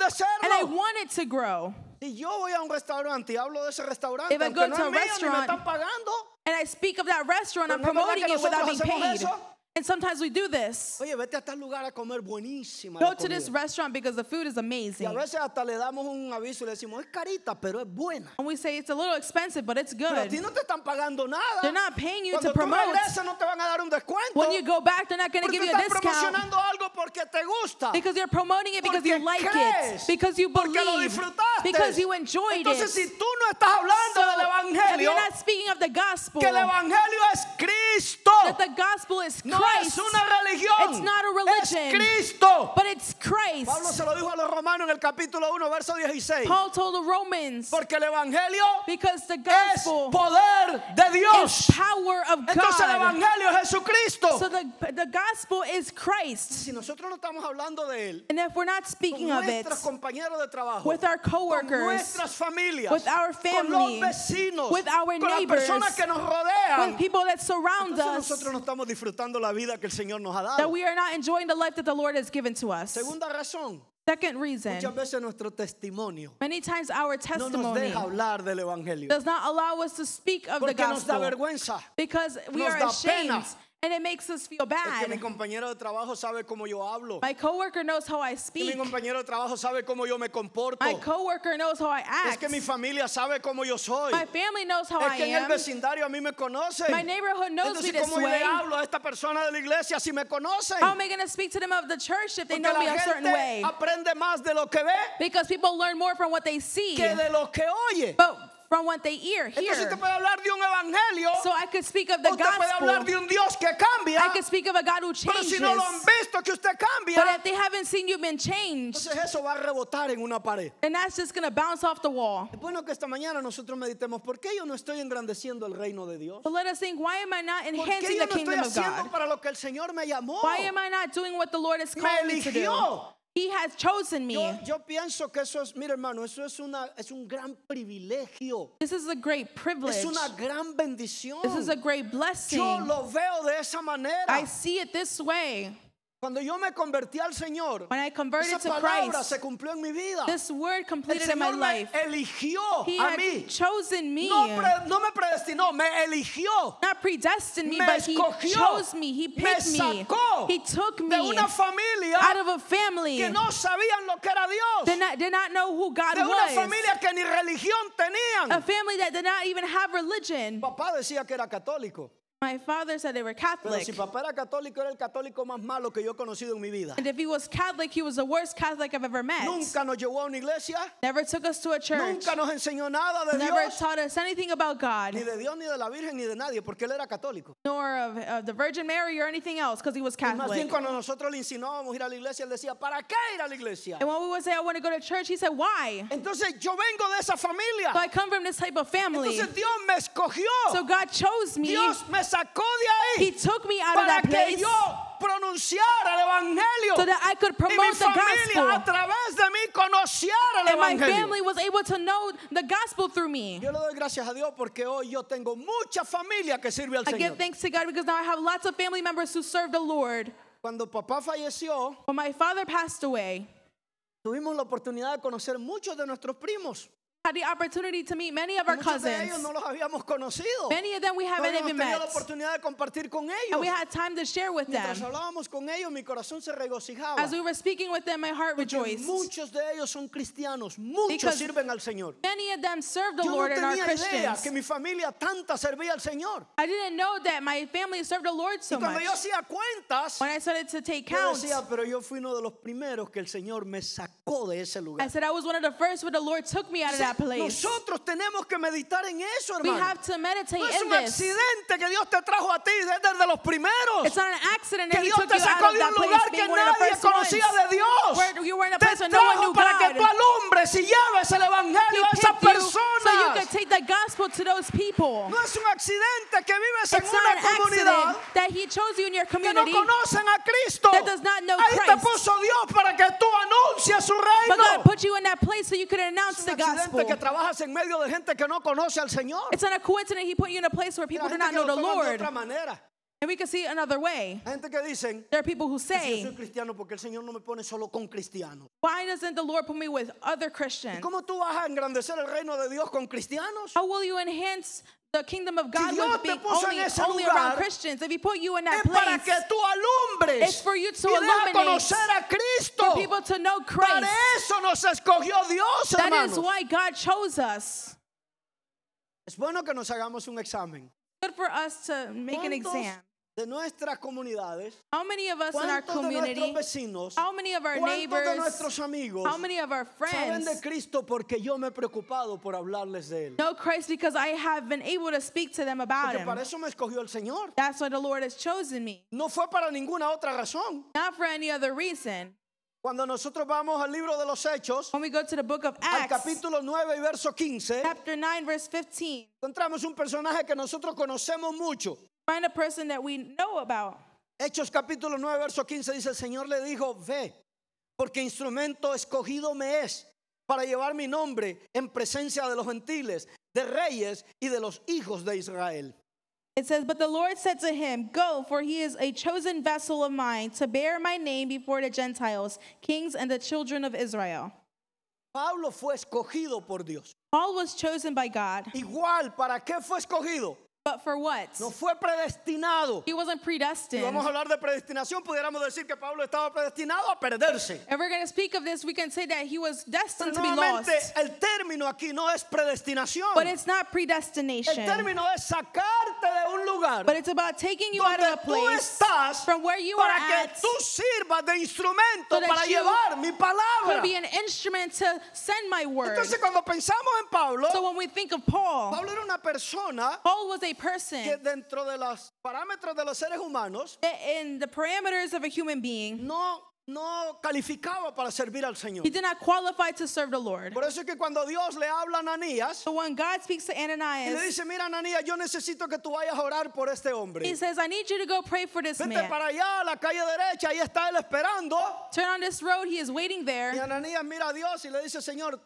Speaker 1: engrandecerlo.
Speaker 2: want it to grow.
Speaker 1: Si yo voy a un restaurante y hablo de ese restaurante,
Speaker 2: If I
Speaker 1: aunque
Speaker 2: go
Speaker 1: no
Speaker 2: to a
Speaker 1: es mío ni me
Speaker 2: restaurant,
Speaker 1: están pagando.
Speaker 2: And I speak of that restaurant,
Speaker 1: Pero
Speaker 2: I'm
Speaker 1: no es verdad que
Speaker 2: promoting it without being
Speaker 1: nosotros hacemos
Speaker 2: paid.
Speaker 1: eso.
Speaker 2: And sometimes we do this.
Speaker 1: Oye, vete a tal lugar a comer buenísima
Speaker 2: Go
Speaker 1: la
Speaker 2: to
Speaker 1: comida.
Speaker 2: this restaurant because the food is
Speaker 1: Y a
Speaker 2: amazing.
Speaker 1: veces hasta le damos un aviso y le decimos, es carita, pero es buena.
Speaker 2: And we say it's a little expensive, but it's
Speaker 1: Pero a
Speaker 2: good.
Speaker 1: ti no te están pagando nada.
Speaker 2: They're not paying you
Speaker 1: Cuando
Speaker 2: to
Speaker 1: tú
Speaker 2: promote.
Speaker 1: regresas no te van a dar un descuento.
Speaker 2: When you go back, they're not going to
Speaker 1: porque
Speaker 2: give
Speaker 1: tú
Speaker 2: you a
Speaker 1: estás
Speaker 2: discount
Speaker 1: promocionando algo porque te gusta.
Speaker 2: because you're promoting it because
Speaker 1: porque
Speaker 2: you like it,
Speaker 1: crees,
Speaker 2: because you
Speaker 1: porque lo
Speaker 2: believe,
Speaker 1: disfrutaste.
Speaker 2: because you enjoyed
Speaker 1: Entonces,
Speaker 2: it.
Speaker 1: si tú no estás hablando del
Speaker 2: if
Speaker 1: evangelio,
Speaker 2: you're not speaking of the gospel,
Speaker 1: que el
Speaker 2: that
Speaker 1: evangelio es Cristo,
Speaker 2: the gospel is
Speaker 1: no es
Speaker 2: Christ,
Speaker 1: una religión,
Speaker 2: It's not a religion.
Speaker 1: es Cristo.
Speaker 2: but it's
Speaker 1: Pablo
Speaker 2: Christ.
Speaker 1: se lo dijo a los romanos en el capítulo 1, verso 16.
Speaker 2: Paul told the Romans,
Speaker 1: Porque el evangelio
Speaker 2: because the
Speaker 1: es
Speaker 2: gospel
Speaker 1: poder de
Speaker 2: is
Speaker 1: Dios.
Speaker 2: power of
Speaker 1: Entonces el
Speaker 2: God.
Speaker 1: evangelio es Jesucristo.
Speaker 2: So the, the gospel is Christ.
Speaker 1: si nosotros no estamos hablando de él,
Speaker 2: And if we're not
Speaker 1: con
Speaker 2: speaking of it
Speaker 1: nuestros compañeros de trabajo,
Speaker 2: with our
Speaker 1: con
Speaker 2: coworkers,
Speaker 1: nuestras familias,
Speaker 2: with
Speaker 1: con
Speaker 2: our
Speaker 1: los
Speaker 2: family,
Speaker 1: vecinos,
Speaker 2: with our
Speaker 1: con las
Speaker 2: neighbors,
Speaker 1: personas que nos
Speaker 2: with
Speaker 1: rodean,
Speaker 2: people that surround
Speaker 1: entonces
Speaker 2: us,
Speaker 1: nosotros no estamos disfrutando la vida que el Señor nos ha
Speaker 2: that
Speaker 1: dado.
Speaker 2: we are not enjoying the life that the Lord has given to us.
Speaker 1: Segunda razón,
Speaker 2: Second reason,
Speaker 1: muchas veces nuestro testimonio
Speaker 2: many times
Speaker 1: no
Speaker 2: our
Speaker 1: nos
Speaker 2: testimony
Speaker 1: deja hablar del evangelio
Speaker 2: does not allow us to speak of the
Speaker 1: porque nos da
Speaker 2: gospel
Speaker 1: vergüenza.
Speaker 2: because we
Speaker 1: nos
Speaker 2: are
Speaker 1: da pena.
Speaker 2: ashamed and it makes us feel
Speaker 1: Es que mi
Speaker 2: bad.
Speaker 1: compañero de trabajo sabe cómo yo hablo.
Speaker 2: My coworker knows how I
Speaker 1: Es que
Speaker 2: speak.
Speaker 1: mi compañero de trabajo sabe cómo yo me comporto.
Speaker 2: My coworker knows how I
Speaker 1: Es que
Speaker 2: act.
Speaker 1: mi familia sabe cómo yo soy.
Speaker 2: My family knows how
Speaker 1: Es
Speaker 2: I
Speaker 1: que en el
Speaker 2: am.
Speaker 1: vecindario a mí me conocen.
Speaker 2: My neighborhood knows me
Speaker 1: Entonces,
Speaker 2: this
Speaker 1: ¿cómo yo le
Speaker 2: way.
Speaker 1: hablo a esta persona de la iglesia si me conocen?
Speaker 2: How am I going to speak to them of the church if they
Speaker 1: Porque
Speaker 2: know me
Speaker 1: la
Speaker 2: a certain
Speaker 1: gente
Speaker 2: way?
Speaker 1: aprende más de lo que ve
Speaker 2: Because people learn more from what they see,
Speaker 1: que de lo que oye.
Speaker 2: but from what they hear,
Speaker 1: Entonces
Speaker 2: hear.
Speaker 1: te puede hablar de un evangelio,
Speaker 2: So I could speak of the
Speaker 1: usted puede hablar
Speaker 2: gospel.
Speaker 1: de un Dios que cambia,
Speaker 2: I could speak of a God who
Speaker 1: pero
Speaker 2: changes.
Speaker 1: si no lo han
Speaker 2: But
Speaker 1: visto que usted cambia,
Speaker 2: if they haven't seen you been changed,
Speaker 1: entonces eso va a rebotar en una pared.
Speaker 2: then that's just going to bounce off the wall.
Speaker 1: Es bueno que esta mañana nosotros meditemos, ¿por qué yo no estoy engrandeciendo el reino de Dios?
Speaker 2: So let us think, why am I not
Speaker 1: ¿Por
Speaker 2: enhancing
Speaker 1: qué yo
Speaker 2: the
Speaker 1: no estoy
Speaker 2: kingdom of
Speaker 1: haciendo
Speaker 2: God?
Speaker 1: para lo que el Señor me llamó?
Speaker 2: Why am I not doing what the Lord has
Speaker 1: Me
Speaker 2: called me to do?
Speaker 1: eligió.
Speaker 2: He has chosen me.
Speaker 1: Yo, yo pienso que eso es, mira hermano, eso es, una, es un gran privilegio,
Speaker 2: This is a great privilege.
Speaker 1: es una gran bendición.
Speaker 2: This is a great
Speaker 1: Yo
Speaker 2: blessing.
Speaker 1: lo veo de esa manera.
Speaker 2: I see it this way.
Speaker 1: Cuando yo me convertí al Señor,
Speaker 2: When I
Speaker 1: esa
Speaker 2: converted to
Speaker 1: palabra
Speaker 2: Christ,
Speaker 1: se cumplió en mi vida.
Speaker 2: this word
Speaker 1: el
Speaker 2: completed in my
Speaker 1: Señor me
Speaker 2: life.
Speaker 1: eligió
Speaker 2: He
Speaker 1: a
Speaker 2: had
Speaker 1: mí.
Speaker 2: chosen me.
Speaker 1: No, pre- no me predestinó, me eligió
Speaker 2: Not predestined me,
Speaker 1: Me
Speaker 2: but he
Speaker 1: escogió.
Speaker 2: chose me. He
Speaker 1: Me
Speaker 2: picked me.
Speaker 1: sacó
Speaker 2: He took
Speaker 1: de
Speaker 2: me
Speaker 1: una familia
Speaker 2: out of a family
Speaker 1: que no sabían lo que era Dios,
Speaker 2: did not, did not know who God
Speaker 1: de una
Speaker 2: was.
Speaker 1: familia que ni religión
Speaker 2: A
Speaker 1: tenían.
Speaker 2: family that did not even have religion.
Speaker 1: Papá decía que era católico.
Speaker 2: My father said they were
Speaker 1: Pero
Speaker 2: Catholic.
Speaker 1: si papá era católico, era el católico más malo que yo he conocido en mi vida.
Speaker 2: And if he was Catholic, he was the worst Catholic I've ever met.
Speaker 1: Nunca nos llevó a una iglesia,
Speaker 2: Never took us to a church.
Speaker 1: nunca nos enseñó nada de
Speaker 2: Never
Speaker 1: Dios,
Speaker 2: taught us anything about
Speaker 1: ni
Speaker 2: God,
Speaker 1: de Dios, ni de la Virgen, ni de nadie, porque él era católico.
Speaker 2: nor of, of the Virgin Mary or anything else, because he was
Speaker 1: Y Más bien
Speaker 2: Catholic.
Speaker 1: cuando nosotros le insinuábamos ir a la iglesia, él decía, ¿para qué ir a la iglesia?
Speaker 2: And when we would say, I want to go to church, he said, Why?
Speaker 1: Entonces yo vengo de esa familia.
Speaker 2: So I come from this type of family.
Speaker 1: Entonces Dios me escogió.
Speaker 2: So God chose me.
Speaker 1: Dios me sacó de
Speaker 2: He
Speaker 1: ahí
Speaker 2: took me out of
Speaker 1: para
Speaker 2: that
Speaker 1: que
Speaker 2: place
Speaker 1: yo pronunciara el evangelio.
Speaker 2: so that I could
Speaker 1: y mi
Speaker 2: promote the
Speaker 1: familia a
Speaker 2: gospel.
Speaker 1: través de mí conociera el
Speaker 2: And my
Speaker 1: evangelio.
Speaker 2: family was able to know the gospel through me.
Speaker 1: Yo le doy gracias a Dios porque hoy yo tengo mucha familia que sirve al
Speaker 2: I give
Speaker 1: Señor.
Speaker 2: thanks to God because now I have lots of family members who serve the Lord.
Speaker 1: Cuando papá falleció,
Speaker 2: When my father passed away,
Speaker 1: tuvimos la oportunidad de conocer muchos de nuestros primos.
Speaker 2: I had the opportunity to meet many of our
Speaker 1: Muchos de ellos
Speaker 2: cousins.
Speaker 1: no los habíamos conocido.
Speaker 2: Many of them we
Speaker 1: No
Speaker 2: haven't
Speaker 1: habíamos
Speaker 2: even
Speaker 1: tenido
Speaker 2: met.
Speaker 1: la oportunidad de compartir con
Speaker 2: And
Speaker 1: ellos.
Speaker 2: we had time to share with
Speaker 1: Mientras
Speaker 2: them.
Speaker 1: hablábamos con ellos, mi corazón se regocijaba.
Speaker 2: As we were speaking with them, my heart
Speaker 1: porque
Speaker 2: rejoiced.
Speaker 1: muchos de ellos son cristianos, muchos
Speaker 2: Because
Speaker 1: sirven al Señor.
Speaker 2: Many of them serve the
Speaker 1: Yo no
Speaker 2: Lord and
Speaker 1: tenía
Speaker 2: are
Speaker 1: idea que
Speaker 2: Christians.
Speaker 1: mi familia tanta servía al Señor.
Speaker 2: I didn't know that my family served the Lord so
Speaker 1: Cuando
Speaker 2: much.
Speaker 1: yo hacía cuentas,
Speaker 2: When I started to take
Speaker 1: yo
Speaker 2: count,
Speaker 1: decía, pero yo fui uno de los primeros que el Señor me sacó de ese
Speaker 2: I
Speaker 1: lugar.
Speaker 2: said I was one of the first where the Lord took me out of that place.
Speaker 1: Nosotros tenemos que meditar en eso,
Speaker 2: We
Speaker 1: hermano.
Speaker 2: have to meditate
Speaker 1: No es
Speaker 2: in
Speaker 1: un
Speaker 2: this.
Speaker 1: accidente que Dios te trajo a ti es desde los primeros.
Speaker 2: It's not an accident
Speaker 1: Que
Speaker 2: that He
Speaker 1: Dios
Speaker 2: took
Speaker 1: te
Speaker 2: you out
Speaker 1: sacó de
Speaker 2: of
Speaker 1: un
Speaker 2: that
Speaker 1: lugar
Speaker 2: place
Speaker 1: que
Speaker 2: being one of the
Speaker 1: nadie
Speaker 2: first ones.
Speaker 1: conocía de Dios.
Speaker 2: Where you were in a place
Speaker 1: Te
Speaker 2: where no one
Speaker 1: trajo
Speaker 2: knew
Speaker 1: para que tú
Speaker 2: God.
Speaker 1: alumbres y lleves el
Speaker 2: He
Speaker 1: evangelio a esas
Speaker 2: picked you so you
Speaker 1: personas.
Speaker 2: could take the gospel to those people.
Speaker 1: No es un accidente que vives en
Speaker 2: It's not an
Speaker 1: una comunidad
Speaker 2: accident that He chose you in your
Speaker 1: que no
Speaker 2: community.
Speaker 1: conocen a Cristo.
Speaker 2: that does not know
Speaker 1: Ahí te
Speaker 2: Christ.
Speaker 1: puso Dios para que tú anuncies su
Speaker 2: But God
Speaker 1: reino.
Speaker 2: put you in that place so you could announce
Speaker 1: Es un
Speaker 2: the
Speaker 1: accidente
Speaker 2: gospel.
Speaker 1: que trabajas en medio de gente que no conoce al Señor.
Speaker 2: It's not a coincidence He put you in a place where
Speaker 1: Hay
Speaker 2: people do
Speaker 1: gente
Speaker 2: not
Speaker 1: que
Speaker 2: know
Speaker 1: lo
Speaker 2: the
Speaker 1: toman de
Speaker 2: Lord.
Speaker 1: otra manera.
Speaker 2: And we can see another way.
Speaker 1: Hay gente que dicen,
Speaker 2: There are people who
Speaker 1: si yo
Speaker 2: say,
Speaker 1: soy cristiano porque el Señor no me pone solo con cristianos.
Speaker 2: Why doesn't the Lord put me with other Christians?
Speaker 1: ¿Cómo tú vas a engrandecer el reino de Dios con cristianos?
Speaker 2: How will you enhance the kingdom of God
Speaker 1: Dios
Speaker 2: with
Speaker 1: te
Speaker 2: being
Speaker 1: puso en
Speaker 2: only,
Speaker 1: ese
Speaker 2: only
Speaker 1: lugar,
Speaker 2: around Christians? If He put you in that
Speaker 1: Es para que
Speaker 2: place
Speaker 1: tú alumbres
Speaker 2: It's for you to
Speaker 1: y a
Speaker 2: illuminate
Speaker 1: conocer a
Speaker 2: for
Speaker 1: Cristo.
Speaker 2: people to know
Speaker 1: Para
Speaker 2: Christ,
Speaker 1: eso nos escogió Dios,
Speaker 2: that is
Speaker 1: hermanos.
Speaker 2: why God chose us.
Speaker 1: Es bueno que nos hagamos un examen.
Speaker 2: Good for us to make an
Speaker 1: ¿Cuántos
Speaker 2: exam.
Speaker 1: de nuestras comunidades,
Speaker 2: How many of us in our
Speaker 1: cuántos de nuestros
Speaker 2: community,
Speaker 1: vecinos,
Speaker 2: how many of our
Speaker 1: cuántos de
Speaker 2: neighbors,
Speaker 1: nuestros amigos
Speaker 2: how many of our
Speaker 1: saben de
Speaker 2: friends
Speaker 1: Cristo porque yo me he preocupado por hablarles de él.
Speaker 2: know Christ because I have been able to speak to them about
Speaker 1: Porque
Speaker 2: Him?
Speaker 1: para eso me escogió el Señor.
Speaker 2: That's why the Lord has chosen me,
Speaker 1: No fue para ninguna otra razón.
Speaker 2: not for any other reason.
Speaker 1: Cuando nosotros vamos al libro de los Hechos,
Speaker 2: When we go to the book of
Speaker 1: al
Speaker 2: Acts,
Speaker 1: capítulo 9 y verso 15,
Speaker 2: chapter 9, verse 15,
Speaker 1: encontramos un personaje que nosotros conocemos mucho.
Speaker 2: find a person that we know about.
Speaker 1: Hechos capítulo 9, verso 15 dice, el Señor le dijo, ve, porque instrumento escogido me es para llevar mi nombre en presencia de los gentiles, de reyes y de los hijos de Israel.
Speaker 2: It says, But the Lord said to him, Go, for he is a chosen vessel of mine to bear my name before the Gentiles, kings, and the children of Israel.
Speaker 1: Pablo fue escogido por Dios.
Speaker 2: Paul was chosen by God.
Speaker 1: Igual, ¿para qué fue escogido?
Speaker 2: But for what?
Speaker 1: No fue predestinado.
Speaker 2: He wasn't
Speaker 1: Si vamos a
Speaker 2: predestined.
Speaker 1: hablar de predestinación, pudiéramos decir que Pablo estaba predestinado a perderse.
Speaker 2: If we're going to speak of this, we can say that he was
Speaker 1: Pero
Speaker 2: destined to be lost.
Speaker 1: nuevamente, el término aquí no es predestinación.
Speaker 2: But it's not
Speaker 1: El
Speaker 2: predestination.
Speaker 1: término es sacarte de un lugar
Speaker 2: But it's about taking you out
Speaker 1: donde
Speaker 2: of a
Speaker 1: tú
Speaker 2: place
Speaker 1: estás
Speaker 2: from where you are
Speaker 1: para que
Speaker 2: at
Speaker 1: tú sirvas de instrumento
Speaker 2: so that
Speaker 1: para
Speaker 2: you
Speaker 1: llevar mi
Speaker 2: to
Speaker 1: palabra.
Speaker 2: be an instrument to send my word.
Speaker 1: Entonces cuando pensamos en Pablo,
Speaker 2: So oh, when we think of Paul,
Speaker 1: Pablo era una persona
Speaker 2: Paul was a
Speaker 1: que
Speaker 2: person
Speaker 1: dentro de los parámetros de los seres humanos
Speaker 2: that in the parameters of a human being,
Speaker 1: no no calificaba para servir al Señor.
Speaker 2: He did not qualify to serve the Lord.
Speaker 1: Por eso es que cuando Dios le habla a Ananías
Speaker 2: So when God speaks to
Speaker 1: y le
Speaker 2: Ananias,
Speaker 1: dice, mira Ananías, yo necesito que tú vayas a orar por este
Speaker 2: he
Speaker 1: hombre.
Speaker 2: says, I need you to go pray for this
Speaker 1: Vete
Speaker 2: man.
Speaker 1: para allá a la calle derecha, ahí está él esperando.
Speaker 2: Turn on this road, he is waiting
Speaker 1: Y
Speaker 2: there.
Speaker 1: Ananías mira a Dios y le dice, Señor,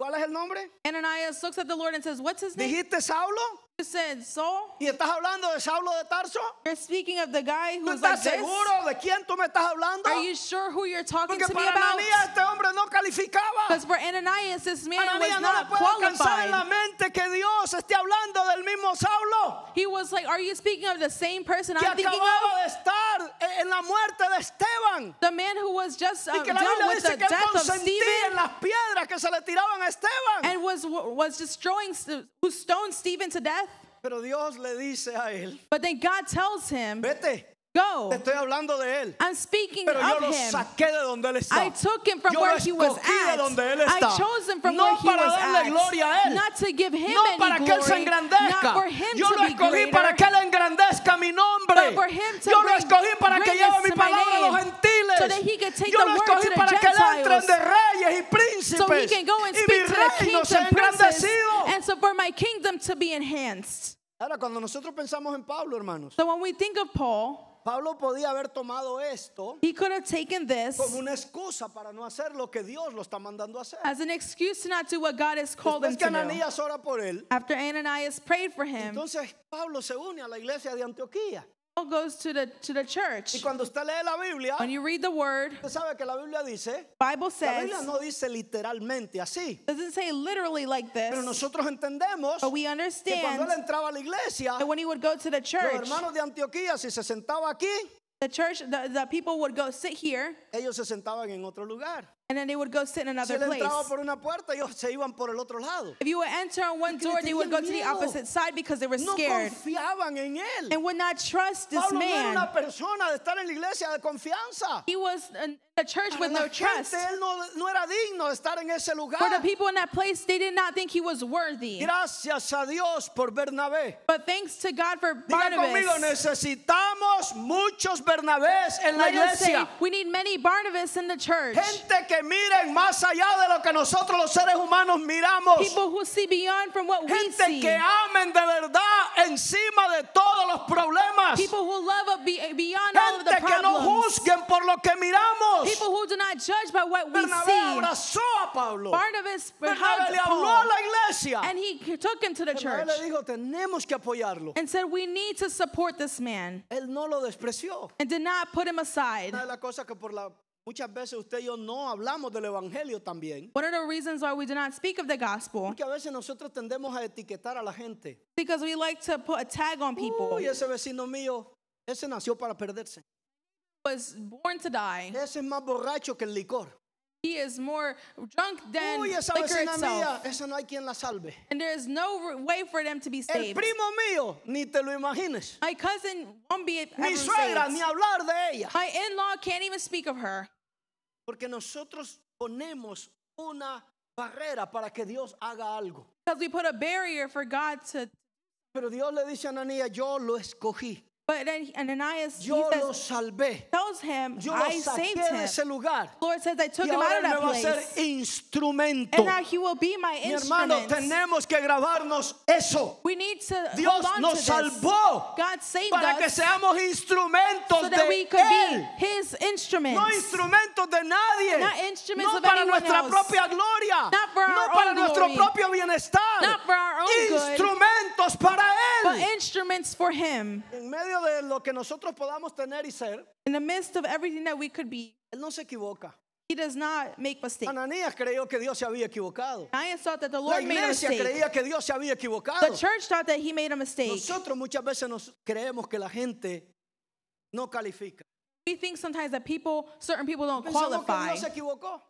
Speaker 1: ¿cuál es el nombre?
Speaker 2: Ananias looks at the Lord and says, What's his name?
Speaker 1: ¿Dijiste Saulo?
Speaker 2: He said, Saul,
Speaker 1: ¿Y estás hablando de Saulo de Tarso?
Speaker 2: you're speaking of the guy
Speaker 1: ¿Tú
Speaker 2: who's like
Speaker 1: estás
Speaker 2: this?
Speaker 1: seguro de quién tú me estás hablando?
Speaker 2: Pues Are you sure who you're talking
Speaker 1: Porque
Speaker 2: to me
Speaker 1: para
Speaker 2: about?
Speaker 1: Ananías este hombre no calificaba.
Speaker 2: Because for Ananias, this man
Speaker 1: Ananías
Speaker 2: was
Speaker 1: no le
Speaker 2: not
Speaker 1: puede alcanzar en la
Speaker 2: qualified.
Speaker 1: mente que Dios esté hablando del mismo Saulo
Speaker 2: He was like, Are you speaking of the same person
Speaker 1: que
Speaker 2: I'm thinking of?
Speaker 1: acababa de estar e-, en- en la muerte de Esteban.
Speaker 2: The man who was just
Speaker 1: Y
Speaker 2: um,
Speaker 1: que la
Speaker 2: dealt
Speaker 1: Biblia
Speaker 2: with
Speaker 1: dice
Speaker 2: the
Speaker 1: que él
Speaker 2: death of
Speaker 1: consentía
Speaker 2: Stephen
Speaker 1: en las piedras que se le tiraban a Esteban.
Speaker 2: and was was destroying who stoned Stephen to death.
Speaker 1: Pero Dios le dice a él,
Speaker 2: But then God tells him,
Speaker 1: vete, te
Speaker 2: "Go."
Speaker 1: estoy hablando de él.
Speaker 2: I'm speaking
Speaker 1: Pero yo
Speaker 2: of
Speaker 1: lo
Speaker 2: him.
Speaker 1: saqué de donde él está.
Speaker 2: I took him from
Speaker 1: Yo
Speaker 2: where
Speaker 1: lo
Speaker 2: he was
Speaker 1: escogí de
Speaker 2: at.
Speaker 1: donde él
Speaker 2: I
Speaker 1: está.
Speaker 2: chose him from
Speaker 1: No
Speaker 2: where he
Speaker 1: para
Speaker 2: was
Speaker 1: darle
Speaker 2: at.
Speaker 1: gloria a él.
Speaker 2: Not to give him
Speaker 1: no
Speaker 2: any
Speaker 1: para que él se
Speaker 2: glory.
Speaker 1: engrandezca.
Speaker 2: Not for him
Speaker 1: Yo
Speaker 2: to
Speaker 1: lo
Speaker 2: be
Speaker 1: escogí
Speaker 2: greater.
Speaker 1: para que él engrandezca mi nombre.
Speaker 2: But for him to
Speaker 1: Yo lo
Speaker 2: bring
Speaker 1: escogí para que
Speaker 2: greatness
Speaker 1: lleve mi
Speaker 2: to my
Speaker 1: palabra a los
Speaker 2: name,
Speaker 1: gentiles.
Speaker 2: so that he could take
Speaker 1: Yo
Speaker 2: the
Speaker 1: lo
Speaker 2: word to
Speaker 1: escogí
Speaker 2: the
Speaker 1: para que él entren
Speaker 2: Gentiles.
Speaker 1: de reyes y príncipes.
Speaker 2: So he can go and
Speaker 1: y
Speaker 2: speak
Speaker 1: mi
Speaker 2: to the
Speaker 1: reino
Speaker 2: kings
Speaker 1: sea
Speaker 2: and princes,
Speaker 1: engrandecido.
Speaker 2: and so for my kingdom to be enhanced.
Speaker 1: Ahora, cuando nosotros pensamos en Pablo, hermanos,
Speaker 2: So when we think of Paul,
Speaker 1: Pablo podía haber tomado esto
Speaker 2: he could have taken this
Speaker 1: como una excusa para no hacer lo que Dios lo está mandando a hacer.
Speaker 2: as an excuse to not do what God has called him
Speaker 1: Después que
Speaker 2: to do.
Speaker 1: Ananías ora por él,
Speaker 2: After Ananias prayed for him,
Speaker 1: entonces Pablo se une a la iglesia de Antioquía.
Speaker 2: all goes to the to the
Speaker 1: Y
Speaker 2: church.
Speaker 1: cuando usted lee la Biblia,
Speaker 2: When you read the word,
Speaker 1: usted sabe que la Biblia dice,
Speaker 2: Bible
Speaker 1: la
Speaker 2: says
Speaker 1: Biblia no dice literalmente así,
Speaker 2: doesn't say literally like
Speaker 1: pero
Speaker 2: this,
Speaker 1: nosotros entendemos
Speaker 2: but we
Speaker 1: que cuando él
Speaker 2: understand
Speaker 1: entraba a la iglesia,
Speaker 2: that when he would go to the
Speaker 1: los
Speaker 2: church,
Speaker 1: hermanos de Antioquía, si se sentaba aquí,
Speaker 2: the church, the, the people would go sit here,
Speaker 1: ellos se sentaban en otro lugar.
Speaker 2: and then they would go sit in
Speaker 1: Si
Speaker 2: another
Speaker 1: él
Speaker 2: place.
Speaker 1: entraba por una puerta, ellos se iban por el otro lado.
Speaker 2: If you would enter on one
Speaker 1: que le
Speaker 2: door, they would go
Speaker 1: tenían
Speaker 2: to the
Speaker 1: miedo.
Speaker 2: opposite side because they were
Speaker 1: No
Speaker 2: scared
Speaker 1: confiaban en él.
Speaker 2: and would not trust this
Speaker 1: Pablo no era
Speaker 2: man.
Speaker 1: una persona de estar en la iglesia de confianza.
Speaker 2: He was in a church
Speaker 1: Para
Speaker 2: with
Speaker 1: la
Speaker 2: no
Speaker 1: gente,
Speaker 2: trust.
Speaker 1: él no, no era digno de estar en ese
Speaker 2: For the
Speaker 1: lugar.
Speaker 2: people in that place, they did not think he was worthy.
Speaker 1: Gracias a Dios por Bernabé.
Speaker 2: But thanks to God for
Speaker 1: Diga conmigo,
Speaker 2: Barnabas.
Speaker 1: necesitamos muchos Bernabés en la
Speaker 2: Let us say,
Speaker 1: iglesia.
Speaker 2: we need many Barnabas in the church.
Speaker 1: Gente que miren más allá de lo que nosotros los seres humanos miramos.
Speaker 2: People who see beyond from what we
Speaker 1: Gente
Speaker 2: see.
Speaker 1: que amen de verdad encima de todos los problemas.
Speaker 2: People who love a be- beyond all of the
Speaker 1: Gente que no
Speaker 2: problems.
Speaker 1: juzguen por lo que miramos.
Speaker 2: People who do not judge by what we
Speaker 1: Bernabé
Speaker 2: see.
Speaker 1: abrazó a Pablo.
Speaker 2: Barnabas
Speaker 1: Bernabé
Speaker 2: hugged
Speaker 1: le habló a
Speaker 2: Paul,
Speaker 1: la iglesia.
Speaker 2: and he took him to the
Speaker 1: Bernabé
Speaker 2: church
Speaker 1: le dijo, tenemos que apoyarlo.
Speaker 2: and said, "We need to support this man,"
Speaker 1: Él no lo despreció.
Speaker 2: and did not put him aside.
Speaker 1: Una de las cosas que por la, muchas veces usted y yo no hablamos del evangelio también.
Speaker 2: One of the reasons why we do not speak of the gospel
Speaker 1: Porque a veces nosotros tendemos a etiquetar a la gente.
Speaker 2: because we like to put a tag on people.
Speaker 1: Uy, ese vecino mío, ese nació para perderse.
Speaker 2: Was born to die.
Speaker 1: Ese es más borracho que el licor.
Speaker 2: He is more drunk than
Speaker 1: Uy, esa
Speaker 2: liquor
Speaker 1: vecina
Speaker 2: itself.
Speaker 1: mía, esa no hay quien la salve.
Speaker 2: And there is no r- way for them to be
Speaker 1: El
Speaker 2: saved.
Speaker 1: primo mío, ni te lo imagines.
Speaker 2: My cousin won't be
Speaker 1: Mi
Speaker 2: ever
Speaker 1: suegra, ni
Speaker 2: saved.
Speaker 1: hablar de ella.
Speaker 2: My in-law can't even speak of her
Speaker 1: Porque nosotros ponemos una barrera para que Dios haga algo.
Speaker 2: because we put a barrier for God to.
Speaker 1: Pero Dios le dice a Ananías, yo lo escogí,
Speaker 2: But then Ananias he
Speaker 1: yo lo
Speaker 2: says,
Speaker 1: salvé,
Speaker 2: tells him,
Speaker 1: yo lo
Speaker 2: "I saved
Speaker 1: saqué de
Speaker 2: him."
Speaker 1: ese lugar.
Speaker 2: The Lord says, "I took
Speaker 1: Y
Speaker 2: him
Speaker 1: ahora
Speaker 2: out
Speaker 1: él
Speaker 2: of
Speaker 1: me
Speaker 2: that
Speaker 1: va a
Speaker 2: place,
Speaker 1: ser instrumento.
Speaker 2: and now he will be my
Speaker 1: Mi hermano,
Speaker 2: instrument."
Speaker 1: tenemos que grabarnos eso.
Speaker 2: We need to
Speaker 1: Dios
Speaker 2: hold on
Speaker 1: nos
Speaker 2: to this.
Speaker 1: salvó
Speaker 2: God saved
Speaker 1: para que
Speaker 2: us
Speaker 1: seamos instrumentos
Speaker 2: so
Speaker 1: de
Speaker 2: that we could
Speaker 1: Él.
Speaker 2: be His instruments.
Speaker 1: No instrumentos de nadie.
Speaker 2: Not instruments
Speaker 1: no
Speaker 2: of
Speaker 1: para
Speaker 2: anyone
Speaker 1: nuestra
Speaker 2: else.
Speaker 1: propia gloria.
Speaker 2: Not for
Speaker 1: no
Speaker 2: our
Speaker 1: para
Speaker 2: own
Speaker 1: nuestro
Speaker 2: glory.
Speaker 1: propio bienestar.
Speaker 2: Not for our own good.
Speaker 1: instrumentos para
Speaker 2: but
Speaker 1: Él.
Speaker 2: instruments for Him.
Speaker 1: En medio de lo que nosotros podamos tener y ser,
Speaker 2: In the midst of everything that we could be,
Speaker 1: Él no se equivoca.
Speaker 2: He does not make mistakes.
Speaker 1: Ananías creyó que Dios se había equivocado.
Speaker 2: Ananias thought that the
Speaker 1: La
Speaker 2: Lord made a
Speaker 1: iglesia
Speaker 2: mistake.
Speaker 1: creía que Dios se había
Speaker 2: The
Speaker 1: equivocado.
Speaker 2: church thought that He made a mistake.
Speaker 1: Nosotros muchas veces nos creemos que la gente no califica.
Speaker 2: We think sometimes that people, certain people, don't
Speaker 1: Pensamos que
Speaker 2: qualify.
Speaker 1: Dios se equivocó.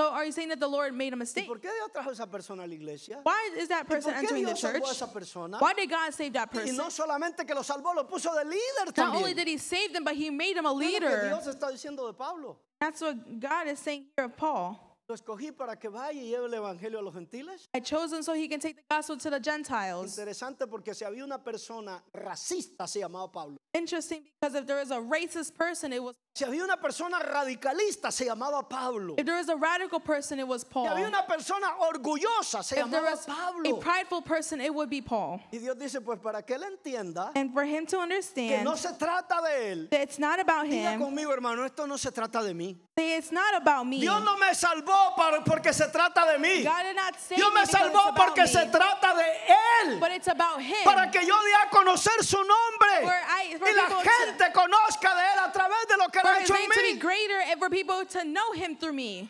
Speaker 2: So are you saying that the Lord made a
Speaker 1: ¿Y
Speaker 2: mistake?
Speaker 1: por qué Dios trajo a esa persona a la iglesia?
Speaker 2: Why is that
Speaker 1: ¿Y
Speaker 2: person
Speaker 1: ¿Por qué
Speaker 2: entering the
Speaker 1: Dios
Speaker 2: church?
Speaker 1: salvó a esa persona?
Speaker 2: Why did God save that
Speaker 1: Y
Speaker 2: person?
Speaker 1: no solamente que lo salvó, lo puso de líder
Speaker 2: Not only
Speaker 1: también.
Speaker 2: did He save them, but He made them a
Speaker 1: Es lo que
Speaker 2: leader.
Speaker 1: Dios está diciendo de Pablo.
Speaker 2: That's what God is saying here of Paul.
Speaker 1: Lo escogí para que vaya y lleve el evangelio a los gentiles.
Speaker 2: I chose him so he can take the gospel to the Gentiles.
Speaker 1: Interesante porque si había una persona racista se llamaba Pablo.
Speaker 2: Interesting because if there is a racist person, it was.
Speaker 1: Si había una persona radicalista se llamaba Pablo.
Speaker 2: If there is a radical person, it was
Speaker 1: Si
Speaker 2: Paul.
Speaker 1: había una persona orgullosa se
Speaker 2: If there
Speaker 1: llamaba
Speaker 2: was a
Speaker 1: Pablo.
Speaker 2: prideful person, it would be Paul.
Speaker 1: Y Dios dice, pues para que él entienda
Speaker 2: And for him to
Speaker 1: que
Speaker 2: understand
Speaker 1: no se trata de él.
Speaker 2: that it's not about
Speaker 1: Diga
Speaker 2: him,
Speaker 1: conmigo, hermano, esto no se trata de mí.
Speaker 2: say it's not about me.
Speaker 1: Dios
Speaker 2: God
Speaker 1: no me salvó para- porque se trata de mí.
Speaker 2: did not save
Speaker 1: Dios
Speaker 2: me
Speaker 1: me
Speaker 2: because it's
Speaker 1: salvó
Speaker 2: about
Speaker 1: porque se
Speaker 2: me,
Speaker 1: trata de Él.
Speaker 2: but it's about him.
Speaker 1: Para que yo dé a conocer su nombre.
Speaker 2: for I, for
Speaker 1: Y la
Speaker 2: people
Speaker 1: gente conozca de Él a través de lo que Él
Speaker 2: to, for
Speaker 1: ha
Speaker 2: his
Speaker 1: hecho
Speaker 2: name to be
Speaker 1: en mí.
Speaker 2: greater and for people to know him through me.